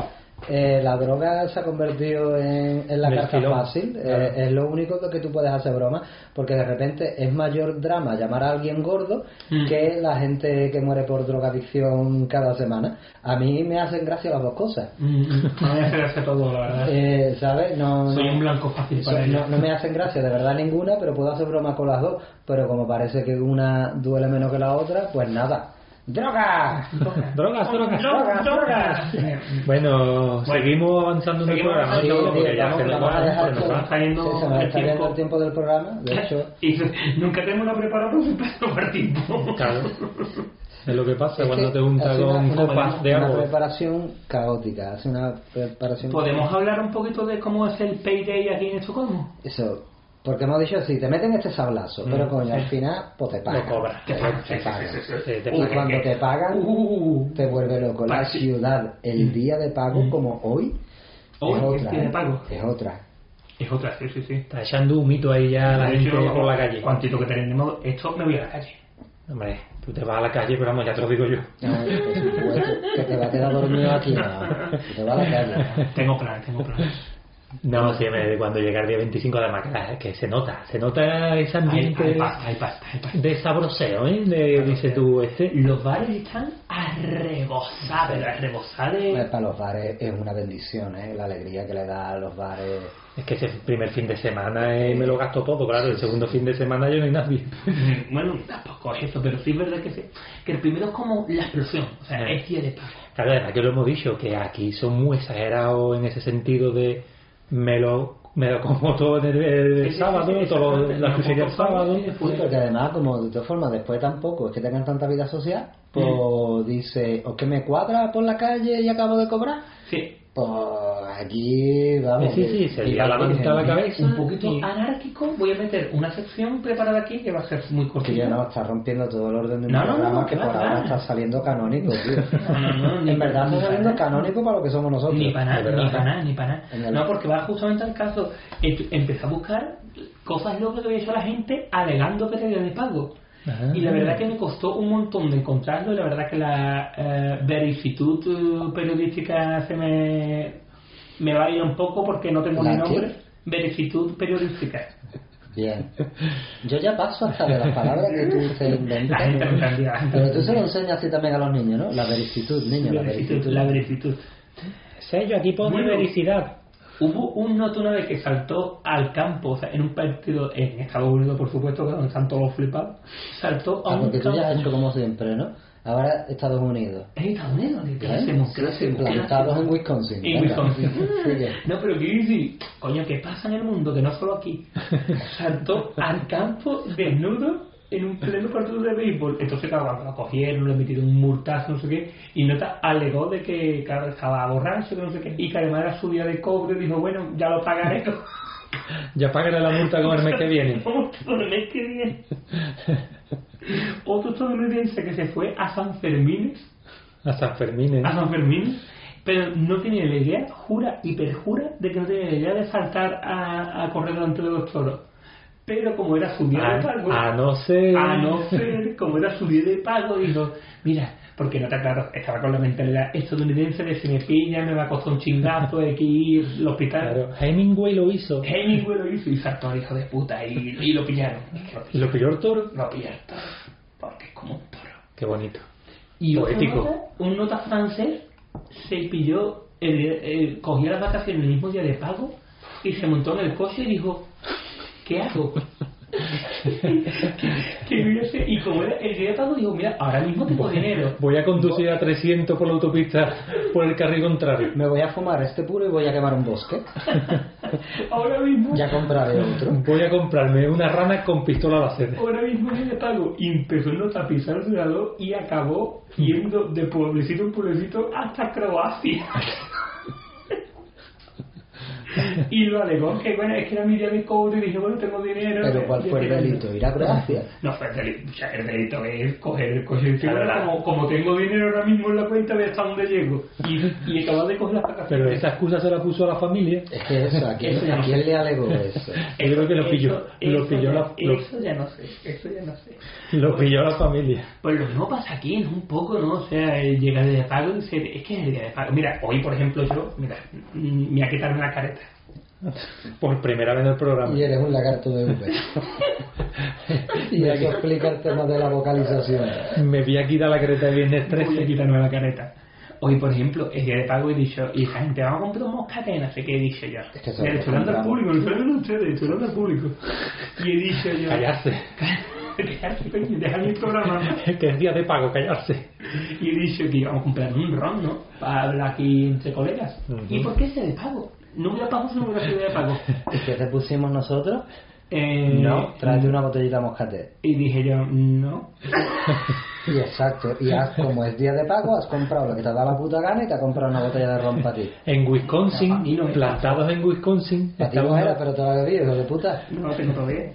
[SPEAKER 1] eh, la droga se ha convertido en, en la
[SPEAKER 4] El
[SPEAKER 1] carta
[SPEAKER 4] filón,
[SPEAKER 1] fácil, eh,
[SPEAKER 4] claro.
[SPEAKER 1] es lo único que, que tú puedes hacer broma, porque de repente es mayor drama llamar a alguien gordo
[SPEAKER 2] Mm.
[SPEAKER 1] que la gente que muere por drogadicción cada semana. A mí me hacen gracia las dos cosas,
[SPEAKER 2] Mm, No voy a hacer hacer todo, la verdad.
[SPEAKER 1] eh, ¿sabes? No,
[SPEAKER 2] Soy
[SPEAKER 1] no-
[SPEAKER 2] un blanco fácil
[SPEAKER 1] eso
[SPEAKER 2] para
[SPEAKER 1] no,
[SPEAKER 2] ellos.
[SPEAKER 1] no me hacen gracia de verdad ninguna, pero puedo hacer broma con las dos. Pero como parece que una duele menos que la otra, pues nada. ¡Droga!
[SPEAKER 4] drogas, drogas.
[SPEAKER 2] ¡Drogas, drogas!
[SPEAKER 4] Bueno,
[SPEAKER 2] Bueno,
[SPEAKER 4] seguimos avanzando en el
[SPEAKER 2] seguimos
[SPEAKER 4] programa,
[SPEAKER 1] Sí,
[SPEAKER 2] avanzando,
[SPEAKER 4] ¿no?
[SPEAKER 1] sí,
[SPEAKER 4] porque ya
[SPEAKER 1] vamos-
[SPEAKER 4] se nos
[SPEAKER 1] vamos
[SPEAKER 4] va,
[SPEAKER 1] a dejar
[SPEAKER 4] se nos
[SPEAKER 1] que-
[SPEAKER 4] va.
[SPEAKER 2] va saliendo
[SPEAKER 1] sí, se nos
[SPEAKER 2] el
[SPEAKER 1] está yendo
[SPEAKER 2] tiempo.
[SPEAKER 1] el tiempo del programa. De hecho,
[SPEAKER 2] Y nunca tengo una preparada para tiempo.
[SPEAKER 4] Claro. Es lo que pasa cuando
[SPEAKER 1] es que
[SPEAKER 4] te juntas
[SPEAKER 1] hace una-
[SPEAKER 4] con
[SPEAKER 1] una-
[SPEAKER 4] copas de
[SPEAKER 1] una
[SPEAKER 4] agua.
[SPEAKER 1] preparación caótica. Hace una preparación.
[SPEAKER 2] ¿Podemos hablar un poquito de cómo es el payday aquí en Estocolmo?
[SPEAKER 1] Eso. Porque hemos dicho así: te meten este sablazo, pero coño, al final, pues te pagan.
[SPEAKER 4] Mm. Lo cobras.
[SPEAKER 1] Te, te pagan.
[SPEAKER 4] Eh, te
[SPEAKER 1] Y
[SPEAKER 4] pagan.
[SPEAKER 1] cuando te pagan,
[SPEAKER 2] Uh,
[SPEAKER 1] te vuelve loco. La
[SPEAKER 2] Pa- sí.
[SPEAKER 1] ciudad,
[SPEAKER 4] Mm.
[SPEAKER 1] el día de pago, como hoy,
[SPEAKER 2] Hoy
[SPEAKER 1] es
[SPEAKER 2] es
[SPEAKER 1] otra.
[SPEAKER 2] día de
[SPEAKER 1] ¿eh?
[SPEAKER 2] uh, pago.
[SPEAKER 1] Es otra.
[SPEAKER 2] es otra, sí, sí, sí.
[SPEAKER 4] Está echando un mito ahí ya la
[SPEAKER 2] De
[SPEAKER 4] gente
[SPEAKER 2] hecho,
[SPEAKER 4] por la calle.
[SPEAKER 2] Cuantito que tenemos, esto me voy a la calle.
[SPEAKER 4] Hombre, tú te vas a la calle, pero vamos, ya te lo digo yo.
[SPEAKER 1] No, por supuesto, que te va a quedar dormido aquí, no. Que Te va a la calle.
[SPEAKER 2] Tengo plan, tengo plan.
[SPEAKER 4] No, sí, me- cuando llega el día 25, además, que- que se nota, se nota ese
[SPEAKER 2] Hay,
[SPEAKER 4] ambiente
[SPEAKER 2] hay pasta, hay pasta, hay pasta.
[SPEAKER 4] de sabroseo, ¿eh? De, dice tú, este.
[SPEAKER 2] Los bares están a rebosar, pero a rebosar de-
[SPEAKER 1] Pues para los bares es una bendición, ¿eh? La alegría que le da a los bares.
[SPEAKER 4] Es que ese primer fin de semana eh, me lo gasto todo, claro. El segundo fin de semana yo no hay nadie.
[SPEAKER 2] Bueno, tampoco es eso, pero sí es verdad que, sí. que el primero es como la explosión. O sea, es día de pago.
[SPEAKER 4] Claro, además que lo hemos dicho, que aquí son muy exagerados en ese sentido de me lo, me lo como todo en el, el
[SPEAKER 2] Sí, sí, sí,
[SPEAKER 4] sábado,
[SPEAKER 2] sí,
[SPEAKER 4] todo
[SPEAKER 2] exactamente.
[SPEAKER 4] la
[SPEAKER 2] Nos
[SPEAKER 4] crucería el
[SPEAKER 2] vamos todos
[SPEAKER 4] sábado.
[SPEAKER 2] y después-
[SPEAKER 1] Uy, porque además, como de todas formas, después tampoco es que tengan tanta vida social, pues dice, o que me cuadra por la calle y acabo de cobrar,
[SPEAKER 2] Sí,
[SPEAKER 1] pues aquí vamos.
[SPEAKER 4] Sí, sí, sí, se lía la
[SPEAKER 1] Virgen,
[SPEAKER 4] manta a la
[SPEAKER 1] ¿eh?
[SPEAKER 4] cabeza.
[SPEAKER 2] un poquito
[SPEAKER 4] y-
[SPEAKER 2] anárquico. Voy a meter una sección preparada aquí que va a ser muy
[SPEAKER 1] Que ya
[SPEAKER 2] cortita.
[SPEAKER 1] no, está rompiendo todo el orden de un
[SPEAKER 2] No, no,
[SPEAKER 1] programa
[SPEAKER 2] no,
[SPEAKER 1] que
[SPEAKER 2] claro,
[SPEAKER 1] por ahora
[SPEAKER 2] claro.
[SPEAKER 1] está saliendo canónico, tío.
[SPEAKER 2] No, no, no, ni-
[SPEAKER 1] en verdad
[SPEAKER 2] ni
[SPEAKER 1] está
[SPEAKER 2] para
[SPEAKER 1] saliendo
[SPEAKER 2] nada.
[SPEAKER 1] canónico para lo que somos nosotros.
[SPEAKER 2] Ni para
[SPEAKER 1] de
[SPEAKER 2] nada,
[SPEAKER 1] verdad. ¿eh?
[SPEAKER 2] ni para nada, ni para nada.
[SPEAKER 1] En el-
[SPEAKER 2] No, porque va justamente al caso. Em- Empecé a buscar cosas locas que había hecho la gente alegando que era día de pago.
[SPEAKER 4] Ah.
[SPEAKER 2] Y la verdad que me costó un montón de encontrarlo. y La verdad que la eh, verifitud eh, periodística se me, me va a ir un poco porque no tengo
[SPEAKER 1] ¿La
[SPEAKER 2] ni
[SPEAKER 1] qué?
[SPEAKER 2] nombre. Verifitud periodística.
[SPEAKER 1] Bien. Yo ya paso hasta de las palabras que tú te
[SPEAKER 2] La
[SPEAKER 1] inventas.
[SPEAKER 2] gente me cambia.
[SPEAKER 1] Pero tú se lo enseñas así también a los niños, ¿no? La veritud, niño, la veritud.
[SPEAKER 2] La verifitud.
[SPEAKER 4] Sello, aquí pone
[SPEAKER 2] Bueno.
[SPEAKER 4] vericidad.
[SPEAKER 2] Hubo un noto una vez que saltó al campo, o sea, en un partido en Estados Unidos, por supuesto, que donde están todos los flipados, saltó a
[SPEAKER 1] Ah,
[SPEAKER 2] un
[SPEAKER 1] porque tú
[SPEAKER 2] campo.
[SPEAKER 1] ya has hecho como siempre, ¿no? Ahora Estados Unidos.
[SPEAKER 2] En Estados Unidos, ¿qué
[SPEAKER 1] ¿eh?
[SPEAKER 2] hacemos? ¿Qué hacemos? ¿Qué
[SPEAKER 1] Plantados
[SPEAKER 2] hacemos?
[SPEAKER 1] en Wisconsin.
[SPEAKER 2] En
[SPEAKER 1] venga.
[SPEAKER 2] Wisconsin.
[SPEAKER 1] Sigue.
[SPEAKER 2] No, pero qué dice, coño, ¿qué pasa en el mundo? Que no solo aquí. Saltó al campo desnudo en un pleno partido de béisbol. Entonces, claro, cuando lo cogieron, le metieron un multazo, no sé qué, y Nota alegó de que claro, estaba borracho, que no sé qué, y que además era su día de cobre, dijo, bueno, ya lo pagaré.
[SPEAKER 4] Ya pagaré la multa con el mes que viene.
[SPEAKER 2] Otro mes que viene. Otro estadounidense que se fue a San Fermín,
[SPEAKER 4] A San Fermín. ¿eh?
[SPEAKER 2] a San Fermín, pero no tenía la idea, jura y perjura de que no tenía la idea de saltar a, a correr delante de los toros. Pero como era su día
[SPEAKER 4] A,
[SPEAKER 2] de pago,
[SPEAKER 4] Ah, a no ser.
[SPEAKER 2] a no ser, como era su día de pago, dijo, mira, porque no está claro, estaba con la mentalidad estadounidense de si me pilla, me va a costar un chingazo, hay que ir al hospital.
[SPEAKER 4] Claro, Hemingway lo hizo.
[SPEAKER 2] Hemingway lo hizo y saltó al hijo de puta y, y lo pillaron. Es que lo
[SPEAKER 4] Lo pilló el toro.
[SPEAKER 2] lo pillan todos, porque es como un toro.
[SPEAKER 4] Qué bonito.
[SPEAKER 2] Y otro
[SPEAKER 4] Poético.
[SPEAKER 2] nota, un nota francés se pilló, el, el- cogió las vacaciones el mismo día de pago y se montó en el coche y dijo, ¿qué hago? Que yo ya sé. y como era el día de pago, dijo, mira, ahora mismo tengo dinero.
[SPEAKER 4] Voy a conducir a 300 por la autopista por el carril contrario.
[SPEAKER 1] Me voy a fumar este puro y voy a quemar un bosque.
[SPEAKER 2] Ahora mismo,
[SPEAKER 1] Ya compraré otro.
[SPEAKER 4] Voy a comprarme una rana con pistola láser.
[SPEAKER 2] ahora mismo el día de pago. Y empezó el nota a pisar el lado y acabó yendo de pueblecito en pueblecito hasta Croacia. y lo alegó que bueno es que era mi día de cobre y dije bueno tengo dinero
[SPEAKER 1] Pero ¿cuál
[SPEAKER 2] ya
[SPEAKER 1] fue el
[SPEAKER 2] tengo-
[SPEAKER 1] delito? Ir a Croacia.
[SPEAKER 2] no fue el delito o sea, el delito es coger el coche y decir, bueno, como, como tengo dinero ahora mismo en la cuenta voy hasta donde llego y, y acababa de coger las vacaciones
[SPEAKER 4] Pero esa excusa se la puso a la familia.
[SPEAKER 1] Es que eso, ¿a quién,
[SPEAKER 2] Eso ya
[SPEAKER 1] a
[SPEAKER 2] no
[SPEAKER 1] quién
[SPEAKER 2] sé.
[SPEAKER 1] le alegó eso?
[SPEAKER 4] Yo creo que lo pilló.
[SPEAKER 2] eso,
[SPEAKER 4] Lo pilló
[SPEAKER 2] ya-
[SPEAKER 4] la, lo,
[SPEAKER 2] eso ya no sé eso ya no sé
[SPEAKER 4] lo pilló la familia.
[SPEAKER 2] Pues lo mismo pasa aquí, ¿no? Un poco, ¿no? O sea, el llegar de pago y decir, es que es el día de pago. Mira, hoy, por ejemplo, yo, mira, mm, me voy a quitar una careta.
[SPEAKER 4] Por primera vez en el programa.
[SPEAKER 1] Y eres un lagarto de V. y eso explica el tema de la vocalización.
[SPEAKER 4] Me vi aquí de la creta de viernes
[SPEAKER 2] Voy a
[SPEAKER 4] 13.
[SPEAKER 2] quitarme la careta. Hoy, por ejemplo, es día de pago y he dicho, y esa gente, vamos a comprar un moscate, no sé qué he dicho yo.
[SPEAKER 1] Es que eso
[SPEAKER 2] Y he
[SPEAKER 1] lo
[SPEAKER 2] dicho, hablando al
[SPEAKER 1] compramos.
[SPEAKER 2] público, lo estoy hablando a ustedes, estoy hablando al público. Y he dicho yo,
[SPEAKER 4] Callarse.
[SPEAKER 2] dejar, coño, dejar mi programa.
[SPEAKER 4] que es día de pago, callarse.
[SPEAKER 2] Y he dicho que íbamos a comprar un ron, ¿no? Para hablar aquí entre colegas.
[SPEAKER 4] Ujú.
[SPEAKER 2] ¿Y por qué es día de pago? No hubiera pago si no hubiera sido día de pago.
[SPEAKER 1] ¿Y qué te pusimos nosotros?
[SPEAKER 2] Eh,
[SPEAKER 1] Tráete una botellita moscatel.
[SPEAKER 2] Y dije yo, no.
[SPEAKER 1] Y exacto, y has, como es día de pago, has comprado lo que te da la puta gana y te has comprado una botella de ron para ti.
[SPEAKER 4] En
[SPEAKER 2] No, a mí
[SPEAKER 4] Wisconsin,
[SPEAKER 2] no me
[SPEAKER 4] plantados en Wisconsin,
[SPEAKER 1] Para ti
[SPEAKER 4] estaba-
[SPEAKER 1] mujer, pero te la bebí, hijo de puta.
[SPEAKER 2] No tengo todavía.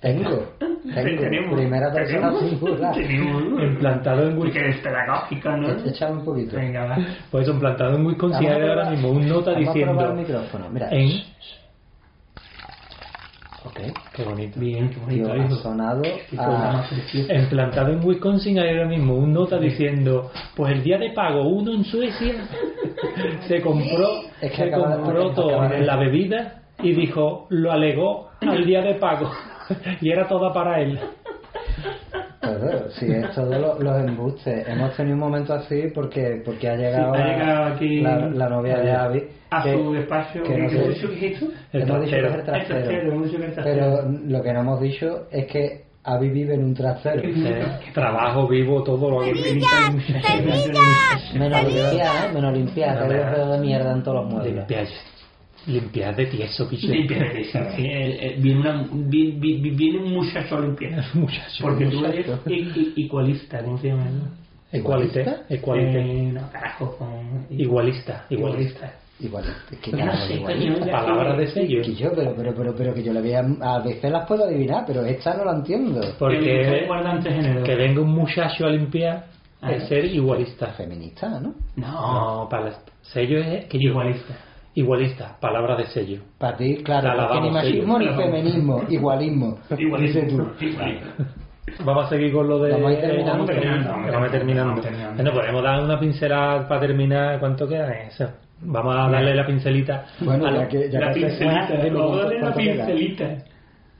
[SPEAKER 1] Tengo, tengo,
[SPEAKER 2] Tenemos.
[SPEAKER 1] primera persona
[SPEAKER 2] Tenemos.
[SPEAKER 1] singular.
[SPEAKER 2] Tenemos.
[SPEAKER 4] Implantado en Wi-
[SPEAKER 2] Porque es pedagógico, ¿no?
[SPEAKER 1] Échame un poquito.
[SPEAKER 2] Venga, va.
[SPEAKER 4] Pues son plantados en
[SPEAKER 1] Vamos
[SPEAKER 4] Wisconsin.
[SPEAKER 1] a
[SPEAKER 4] Hay ahora
[SPEAKER 1] probar-
[SPEAKER 4] mismo un nota
[SPEAKER 1] vamos a probar
[SPEAKER 4] diciendo.
[SPEAKER 1] el micrófono, mira.
[SPEAKER 4] En,
[SPEAKER 1] Ok,
[SPEAKER 4] ¿Qué? Qué bonito.
[SPEAKER 2] Bien, qué bonito.
[SPEAKER 1] Tío, ha
[SPEAKER 2] hijo.
[SPEAKER 1] sonado
[SPEAKER 2] Qué
[SPEAKER 1] a-
[SPEAKER 2] cosa más
[SPEAKER 1] eh,
[SPEAKER 2] preciosa.
[SPEAKER 4] Implantado en Wisconsin hay ahora mismo un nota diciendo, pues el día de pago uno en Suecia se compró,
[SPEAKER 1] Es que
[SPEAKER 4] se
[SPEAKER 1] acaba de-
[SPEAKER 4] compró todo
[SPEAKER 1] acaba de-
[SPEAKER 4] la bebida y dijo, lo alegó al día de pago y era toda para él.
[SPEAKER 1] Claro, sí, es todos lo- los embustes. Hemos tenido un momento así porque porque ha llegado,
[SPEAKER 2] Sí, ha
[SPEAKER 1] la-
[SPEAKER 2] llegado aquí eh,
[SPEAKER 1] la, la novia de
[SPEAKER 4] a-
[SPEAKER 1] Abby.
[SPEAKER 2] A
[SPEAKER 1] que-
[SPEAKER 2] su despacho.
[SPEAKER 1] que no
[SPEAKER 2] ¿Qué
[SPEAKER 1] sé-
[SPEAKER 2] hemos dicho que es esto?
[SPEAKER 4] El
[SPEAKER 1] hemos dicho que es el
[SPEAKER 4] trastero.
[SPEAKER 2] El trastero, hemos dicho que el trastero.
[SPEAKER 1] Pero lo que no hemos dicho es que Abby vive en un trastero.
[SPEAKER 4] Eh, trabajo vivo, todo lo que
[SPEAKER 1] Menos limpiar, ¿eh? Menos limpiar.
[SPEAKER 4] No,
[SPEAKER 1] Que hay
[SPEAKER 4] pero-
[SPEAKER 1] un pedo de mierda en todos los muebles.
[SPEAKER 4] Limpiar, limpiar de tieso, bicho.
[SPEAKER 2] Limpia de pesa. Sí, eh, eh, Viene, una, vi- vi- vi- viene un muchacho a limpiar.
[SPEAKER 4] Muchacho.
[SPEAKER 2] Porque tú eres i- i- igualista, ¿cómo se llama? no?
[SPEAKER 4] Ecualité, ecualité.
[SPEAKER 2] Eh, no, carajo. con-
[SPEAKER 4] Igualista, igualista.
[SPEAKER 1] Igual, es que
[SPEAKER 2] No
[SPEAKER 1] ya no es
[SPEAKER 2] sé,
[SPEAKER 1] igual.
[SPEAKER 2] coño, ya
[SPEAKER 4] Palabra
[SPEAKER 2] que-
[SPEAKER 4] de sello.
[SPEAKER 1] Que yo, pero, pero, pero, pero que yo le veía, a veces las puedo adivinar, pero esta no la entiendo.
[SPEAKER 2] Que ustedes
[SPEAKER 4] Porque
[SPEAKER 2] guardan tres géneros.
[SPEAKER 4] que venga un muchacho a limpiar
[SPEAKER 2] Ah.
[SPEAKER 4] es ser igualista.
[SPEAKER 1] Feminista, ¿no?
[SPEAKER 2] No,
[SPEAKER 4] No, para sello es que yo-
[SPEAKER 2] igualista.
[SPEAKER 4] igualista, palabra de sello.
[SPEAKER 1] Para ti, claro,
[SPEAKER 4] La
[SPEAKER 1] porque ni
[SPEAKER 4] lavamos, sí,
[SPEAKER 1] machismo ni
[SPEAKER 4] la lavamos.
[SPEAKER 1] feminismo, igualismo.
[SPEAKER 2] Igualista.
[SPEAKER 1] Dices tú.
[SPEAKER 2] Igualista.
[SPEAKER 4] Vamos a seguir con lo de
[SPEAKER 1] Vamos a ir terminando,
[SPEAKER 4] vamos
[SPEAKER 2] terminando, vamos terminando,
[SPEAKER 4] Vamos terminando.
[SPEAKER 2] vamos terminando.
[SPEAKER 4] Bueno, podemos dar una pincelada para terminar. ¿Cuánto queda eso? Vamos a darle la pincelita.
[SPEAKER 1] Bueno,
[SPEAKER 4] a
[SPEAKER 1] ya
[SPEAKER 4] lo-
[SPEAKER 1] que, ya
[SPEAKER 2] La
[SPEAKER 1] que haces-
[SPEAKER 2] pincelita,
[SPEAKER 1] Ah, dilo, ¿cuánto-
[SPEAKER 2] dale la
[SPEAKER 1] cuánto queda?
[SPEAKER 2] pincelita.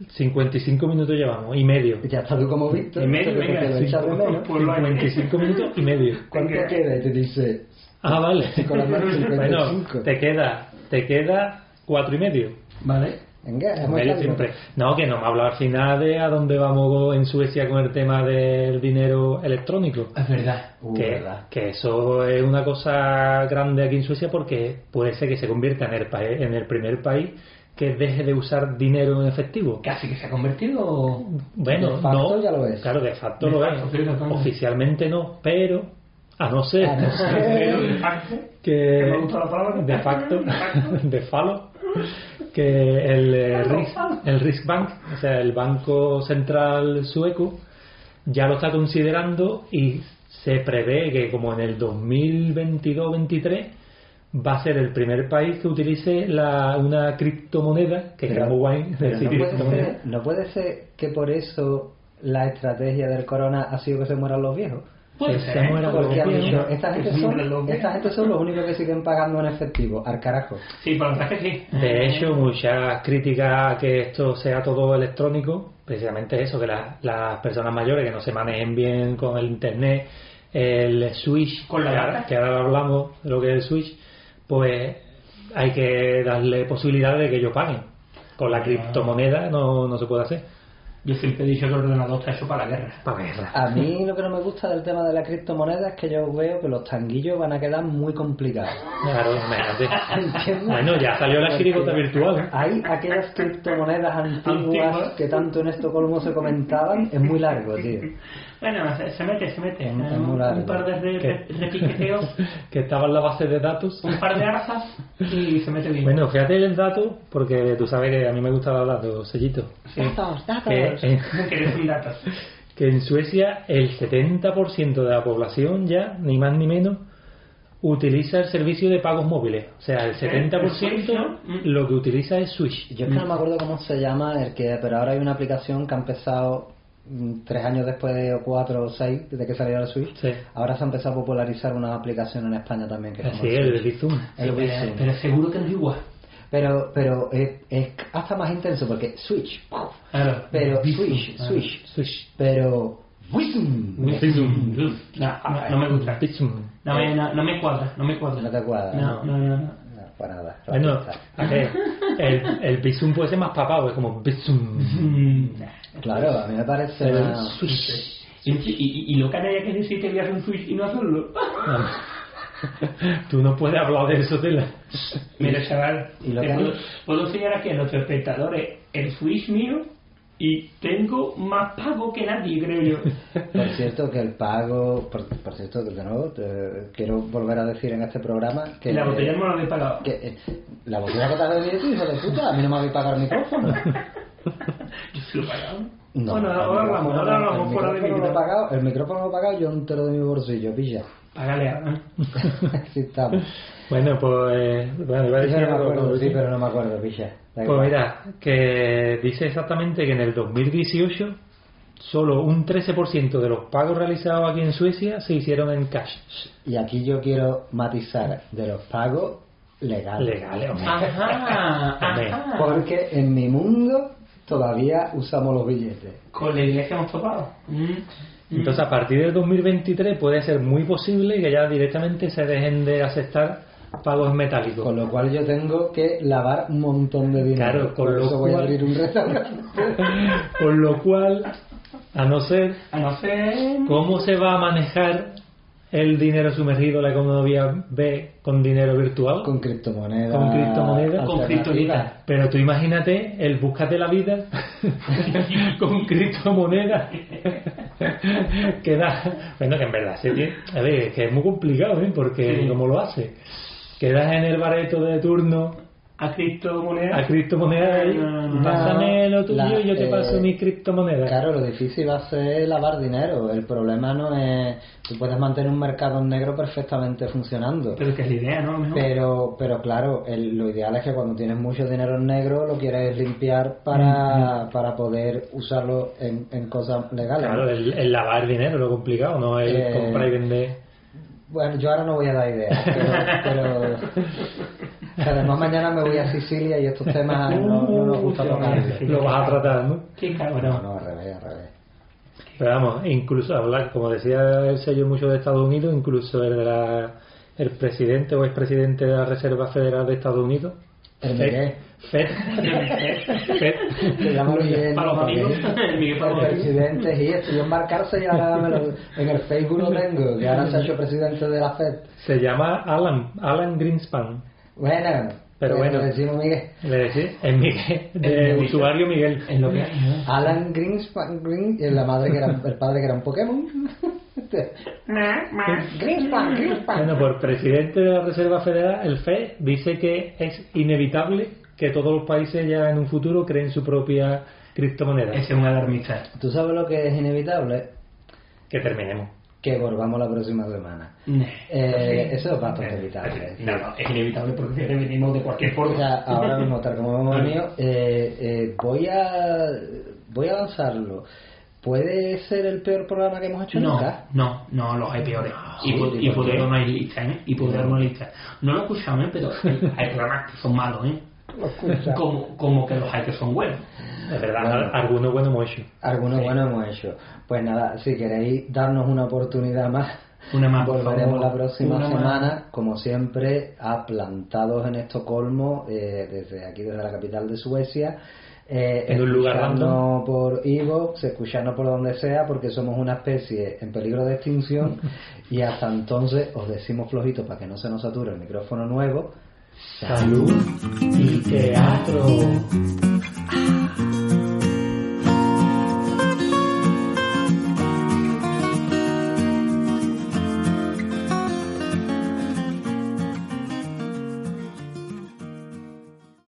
[SPEAKER 4] 55 minutos llevamos y medio.
[SPEAKER 1] Ya está tú como Víctor.
[SPEAKER 2] Y medio,
[SPEAKER 1] que
[SPEAKER 2] venga,
[SPEAKER 1] te lo
[SPEAKER 2] sí,
[SPEAKER 1] echas de
[SPEAKER 2] por-
[SPEAKER 1] menos.
[SPEAKER 2] por lo-
[SPEAKER 4] 55 minutos y medio.
[SPEAKER 1] ¿Cuánto
[SPEAKER 2] venga.
[SPEAKER 1] queda? Y te dice,
[SPEAKER 4] Ah, vale.
[SPEAKER 1] con las más 55.
[SPEAKER 4] Bueno, te queda, te queda cuatro y medio.
[SPEAKER 2] Vale.
[SPEAKER 1] Venga,
[SPEAKER 4] En
[SPEAKER 1] hemos
[SPEAKER 4] medio
[SPEAKER 1] estado-
[SPEAKER 4] siempre. No, que no me ha hablado al final de a dónde vamos en Suecia con el tema del dinero electrónico.
[SPEAKER 2] Es verdad.
[SPEAKER 1] Uh,
[SPEAKER 4] que,
[SPEAKER 1] verdad.
[SPEAKER 4] que eso es una cosa grande aquí en Suecia porque puede ser que se convierta en el, pa- en el primer país que deje de usar dinero en efectivo.
[SPEAKER 2] Casi que se ha convertido.
[SPEAKER 4] Bueno,
[SPEAKER 1] De facto
[SPEAKER 4] no,
[SPEAKER 1] ya lo es.
[SPEAKER 4] Claro, de facto
[SPEAKER 2] De
[SPEAKER 4] lo
[SPEAKER 2] facto, sí,
[SPEAKER 4] es.
[SPEAKER 2] totalmente.
[SPEAKER 4] Oficialmente no, pero a no ser,
[SPEAKER 1] A no ser.
[SPEAKER 2] Pero de facto,
[SPEAKER 4] que
[SPEAKER 2] me gusta la palabra.
[SPEAKER 4] de facto,
[SPEAKER 2] Eh, De facto.
[SPEAKER 4] de falo, que el eh, Riks- el Riksbank, o sea, el banco central sueco, ya lo está considerando y se prevé que como en el 2022-23 va a ser el primer país que utilice la, una criptomoneda que
[SPEAKER 1] Pero-
[SPEAKER 4] es muy guay
[SPEAKER 1] Pero
[SPEAKER 4] decir
[SPEAKER 1] no, puede
[SPEAKER 4] criptomoneda.
[SPEAKER 1] ser, no puede ser que por eso la estrategia del corona ha sido que se mueran los viejos.
[SPEAKER 2] Puede
[SPEAKER 4] Se
[SPEAKER 2] ser. ¿eh?
[SPEAKER 4] muera
[SPEAKER 2] Puede
[SPEAKER 1] Porque
[SPEAKER 4] Los
[SPEAKER 1] han
[SPEAKER 2] ser.
[SPEAKER 4] viejos.
[SPEAKER 1] dicho, esta gente,
[SPEAKER 2] Que se mueran los
[SPEAKER 1] son,
[SPEAKER 2] viejos.
[SPEAKER 1] esta gente son los únicos que siguen pagando en efectivo, al carajo.
[SPEAKER 2] Sí, para atrás que sí.
[SPEAKER 4] De hecho, muchas críticas a que esto sea todo electrónico, precisamente eso, que las, las personas mayores que no se manejen bien con el internet, el switch,
[SPEAKER 2] Con la
[SPEAKER 4] que,
[SPEAKER 2] data.
[SPEAKER 4] ahora, que ahora hablamos de lo que es el switch, pues hay que darle posibilidad de que ellos paguen. Con
[SPEAKER 2] Ah.
[SPEAKER 4] la criptomoneda no, no se puede hacer.
[SPEAKER 2] Yo siempre he dicho que el ordenador está hecho para la guerra.
[SPEAKER 4] Para guerra.
[SPEAKER 1] A mí lo que no me gusta del tema de la criptomoneda es que yo veo que los tanguillos van a quedar muy complicados.
[SPEAKER 4] Claro, imagínate.
[SPEAKER 1] ¿Entiendes?
[SPEAKER 4] Bueno, ya salió la chirigota virtual.
[SPEAKER 1] Hay aquellas criptomonedas antiguas
[SPEAKER 2] Antiguas.
[SPEAKER 1] que tanto en Estocolmo se comentaban, es muy largo, tío.
[SPEAKER 2] Bueno, se, se mete, se mete.
[SPEAKER 1] Es muy
[SPEAKER 2] Eh, un,
[SPEAKER 1] largo.
[SPEAKER 2] par de re- re-
[SPEAKER 4] ¿Qué?
[SPEAKER 2] repiqueteos,
[SPEAKER 4] Que estaba en la base de datos.
[SPEAKER 2] un par de arzas y se mete bien.
[SPEAKER 4] Bueno, fíjate el dato, porque tú sabes que a mí me gusta dar datos, sellito.
[SPEAKER 1] Datos, datos.
[SPEAKER 4] Que, en-
[SPEAKER 2] que eres un dato.
[SPEAKER 4] que en Suecia el 70% de la población ya, ni más ni menos, utiliza el servicio de pagos móviles. O sea, el 70%
[SPEAKER 2] ¿Eh? Switch, ¿no?
[SPEAKER 4] lo que utiliza es Switch.
[SPEAKER 1] Yo es que no me acuerdo cómo se llama el que, pero ahora hay una aplicación que ha empezado mm, tres años después de o cuatro o seis desde que salió el Switch.
[SPEAKER 4] Sí.
[SPEAKER 1] Ahora se ha empezado a popularizar una aplicación en España también que se llama
[SPEAKER 4] Así es,
[SPEAKER 1] Switch.
[SPEAKER 4] el Bizum.
[SPEAKER 1] El
[SPEAKER 2] pero,
[SPEAKER 1] Wixom.
[SPEAKER 2] pero seguro que no es igual.
[SPEAKER 1] Pero, pero es, es hasta más intenso porque Switch, ¡puf!
[SPEAKER 2] Claro.
[SPEAKER 1] pero
[SPEAKER 2] Bizum.
[SPEAKER 1] Switch,
[SPEAKER 2] Ah.
[SPEAKER 1] Switch,
[SPEAKER 4] Switch.
[SPEAKER 1] pero Wizum.
[SPEAKER 2] Bizum. No, no, no me gusta.
[SPEAKER 4] Bizum.
[SPEAKER 2] No me, no, no me cuadra, no me cuadra.
[SPEAKER 1] No te cuadra,
[SPEAKER 2] No, no, no. no.
[SPEAKER 1] No, Ah, para nada.
[SPEAKER 4] Bueno,
[SPEAKER 1] racista.
[SPEAKER 4] a ver, el, el Bizum puede ser más papado, es como Bizum.
[SPEAKER 2] Mm, nah.
[SPEAKER 1] Claro, a mí me parece
[SPEAKER 4] Pero el
[SPEAKER 1] una-
[SPEAKER 4] Switch.
[SPEAKER 2] Y, y, y- y lo que haya que decir que voy a hacer un switch y no hacerlo.
[SPEAKER 4] Tú no puedes hablar de eso, Tela.
[SPEAKER 2] Mira, chaval,
[SPEAKER 1] ¿Y lo
[SPEAKER 2] te
[SPEAKER 1] que
[SPEAKER 2] puedo,
[SPEAKER 1] hay?
[SPEAKER 2] puedo enseñar aquí a nuestros espectadores el Switch mío y tengo más pago que nadie, creo yo.
[SPEAKER 1] Por cierto, que el pago, por, por cierto, que de nuevo, te- eh, quiero volver a decir en este programa que
[SPEAKER 2] la botella no la habéis pagado.
[SPEAKER 1] que, eh, la botella que te has bebido tú, hijo de puta, a mí no me habéis pagado el micrófono.
[SPEAKER 2] Yo ¿Se lo pagaron?
[SPEAKER 1] No,
[SPEAKER 2] bueno,
[SPEAKER 1] el
[SPEAKER 2] ahora hablamos,
[SPEAKER 1] micrófono-
[SPEAKER 2] ahora hablamos
[SPEAKER 1] el
[SPEAKER 2] fuera de mi
[SPEAKER 1] micrófono lo he
[SPEAKER 2] vida.
[SPEAKER 1] pagado- El micrófono lo he pagado yo entero de mi bolsillo, pilla.
[SPEAKER 2] Págale a...
[SPEAKER 1] Así estamos.
[SPEAKER 4] Bueno, pues. Bueno, iba a
[SPEAKER 1] Sí,
[SPEAKER 4] decir
[SPEAKER 1] pero no me
[SPEAKER 4] algo,
[SPEAKER 1] acuerdo,
[SPEAKER 4] pero
[SPEAKER 1] sí,
[SPEAKER 4] sí.
[SPEAKER 1] pero no me acuerdo, pilla. Da
[SPEAKER 4] Pues
[SPEAKER 1] igual.
[SPEAKER 4] mira, que dice exactamente que en el 2018 solo un 13% de los pagos realizados aquí en Suecia se hicieron en cash.
[SPEAKER 1] Y aquí yo quiero matizar de los pagos legales.
[SPEAKER 4] Legales, hombre.
[SPEAKER 2] Ajá,
[SPEAKER 4] Hombre.
[SPEAKER 2] ajá.
[SPEAKER 1] Porque en mi mundo todavía usamos los billetes.
[SPEAKER 2] Con la iglesia hemos topado. Mm, mm.
[SPEAKER 4] Entonces, a partir del 2023 puede ser muy posible que ya directamente se dejen de aceptar pagos metálicos.
[SPEAKER 1] Con lo cual yo tengo que lavar un montón de dinero.
[SPEAKER 4] Claro, con
[SPEAKER 1] Por
[SPEAKER 4] lo
[SPEAKER 1] eso voy a
[SPEAKER 4] cual-
[SPEAKER 1] abrir un restaurante.
[SPEAKER 4] Con lo cual, a no ser
[SPEAKER 2] A no ser...
[SPEAKER 4] cómo se va a manejar el dinero sumergido, la economía B con dinero virtual.
[SPEAKER 1] con criptomonedas.
[SPEAKER 4] Con criptomonedas,
[SPEAKER 2] Ah, con
[SPEAKER 1] alternativas.
[SPEAKER 2] criptonita.
[SPEAKER 4] Pero tú imagínate el búscate la vida con criptomonedas. que da. Bueno, que en verdad, se tiene- a ver, es que es muy complicado, ¿eh? Porque,
[SPEAKER 2] Sí.
[SPEAKER 4] como lo hace? Quedas en el bareto de turno
[SPEAKER 2] A criptomonedas.
[SPEAKER 4] a criptomonedas y
[SPEAKER 2] No, no, no.
[SPEAKER 4] pásame lo tuyo
[SPEAKER 1] La-
[SPEAKER 4] y yo te
[SPEAKER 1] eh,
[SPEAKER 4] paso mi criptomoneda.
[SPEAKER 1] Claro, lo difícil va a ser lavar dinero. El problema no es. Tú puedes mantener un mercado negro perfectamente funcionando.
[SPEAKER 2] Pero que es la idea, ¿no? A lo mejor.
[SPEAKER 1] Pero, pero claro, el- lo ideal es que cuando tienes mucho dinero en negro lo quieres limpiar para, para poder usarlo en, en cosas legales. ¿no?
[SPEAKER 4] Claro, el, el lavar dinero es lo complicado, no el
[SPEAKER 1] Eh,
[SPEAKER 4] comprar y vender.
[SPEAKER 1] Bueno, yo ahora no voy a dar ideas, pero, pero además mañana me voy a Sicilia y estos temas no, no nos gusta
[SPEAKER 2] Uh,
[SPEAKER 1] tocar.
[SPEAKER 2] sí.
[SPEAKER 4] Lo vas a tratar, ¿no?
[SPEAKER 2] Qué
[SPEAKER 1] No,
[SPEAKER 2] cabrón.
[SPEAKER 1] no, al revés, al revés.
[SPEAKER 4] Pero vamos, incluso hablar, como decía el sello mucho de Estados Unidos, incluso el de la- el presidente o expresidente de la Reserva Federal de Estados Unidos,
[SPEAKER 1] El
[SPEAKER 4] Fed,
[SPEAKER 1] Miguel,
[SPEAKER 4] Fed, Fed,
[SPEAKER 1] le llamo Miguel,
[SPEAKER 2] Para los
[SPEAKER 1] ¿no?
[SPEAKER 2] amigos. El Miguel para
[SPEAKER 1] el
[SPEAKER 2] los amigos.
[SPEAKER 1] presidente y esto, yo embarcarse y ahora me lo- en el Facebook lo tengo, que ahora se ha hecho presidente de la FED.
[SPEAKER 4] se llama Alan, Alan Greenspan,
[SPEAKER 1] Bueno, eh,
[SPEAKER 4] Pero
[SPEAKER 1] le-
[SPEAKER 4] bueno.
[SPEAKER 1] le decimos Miguel.
[SPEAKER 4] le decís, es Miguel, de
[SPEAKER 2] Es Miguel.
[SPEAKER 4] usuario Miguel.
[SPEAKER 2] Es lo que hay, ¿no?
[SPEAKER 1] Alan Greenspan, Green, eh, la madre que era, el padre que era un Pokémon. Greenspan, Greenspan.
[SPEAKER 4] Bueno, por presidente de la Reserva Federal, el FED dice que es inevitable que todos los países ya en un futuro creen su propia criptomoneda.
[SPEAKER 2] Ese es un alarmista.
[SPEAKER 1] ¿Tú sabes lo que es inevitable?
[SPEAKER 4] Que terminemos.
[SPEAKER 1] Que volvamos la próxima semana. Eh, eso es bastante inevitable.
[SPEAKER 2] No, no, es inevitable porque venimos de cualquier
[SPEAKER 1] O
[SPEAKER 2] forma.
[SPEAKER 1] sea, ahora mismo, tal como vemos el mío, eh, eh, voy a voy a lanzarlo. ¿Puede ser el peor programa que hemos hecho
[SPEAKER 2] No,
[SPEAKER 1] nunca?
[SPEAKER 2] no, no, los hay peores. Y,
[SPEAKER 1] sí,
[SPEAKER 2] po-
[SPEAKER 1] digo
[SPEAKER 2] y poder
[SPEAKER 1] yo.
[SPEAKER 2] no hay lista, ¿eh? Y poder no hay lista. No lo escuchamos, ¿eh? pero hay programas que son malos, ¿eh? Como, como que los hay que son buenos.
[SPEAKER 4] Es verdad,
[SPEAKER 1] Bueno.
[SPEAKER 4] algunos buenos hemos hecho.
[SPEAKER 1] Algunos buenos hemos hecho. Pues nada, si queréis darnos una oportunidad más,
[SPEAKER 2] Una más, por
[SPEAKER 1] volveremos
[SPEAKER 2] favor.
[SPEAKER 1] la próxima
[SPEAKER 2] Una más.
[SPEAKER 1] semana, como siempre, a Plantados en Estocolmo, eh, desde aquí, desde la capital de Suecia. Eh,
[SPEAKER 4] En un lugar
[SPEAKER 1] escucharnos por Evox, escucharnos por donde sea, porque somos una especie en peligro de extinción. y hasta entonces os decimos flojito para que no se nos sature el micrófono nuevo.
[SPEAKER 4] Salud y teatro.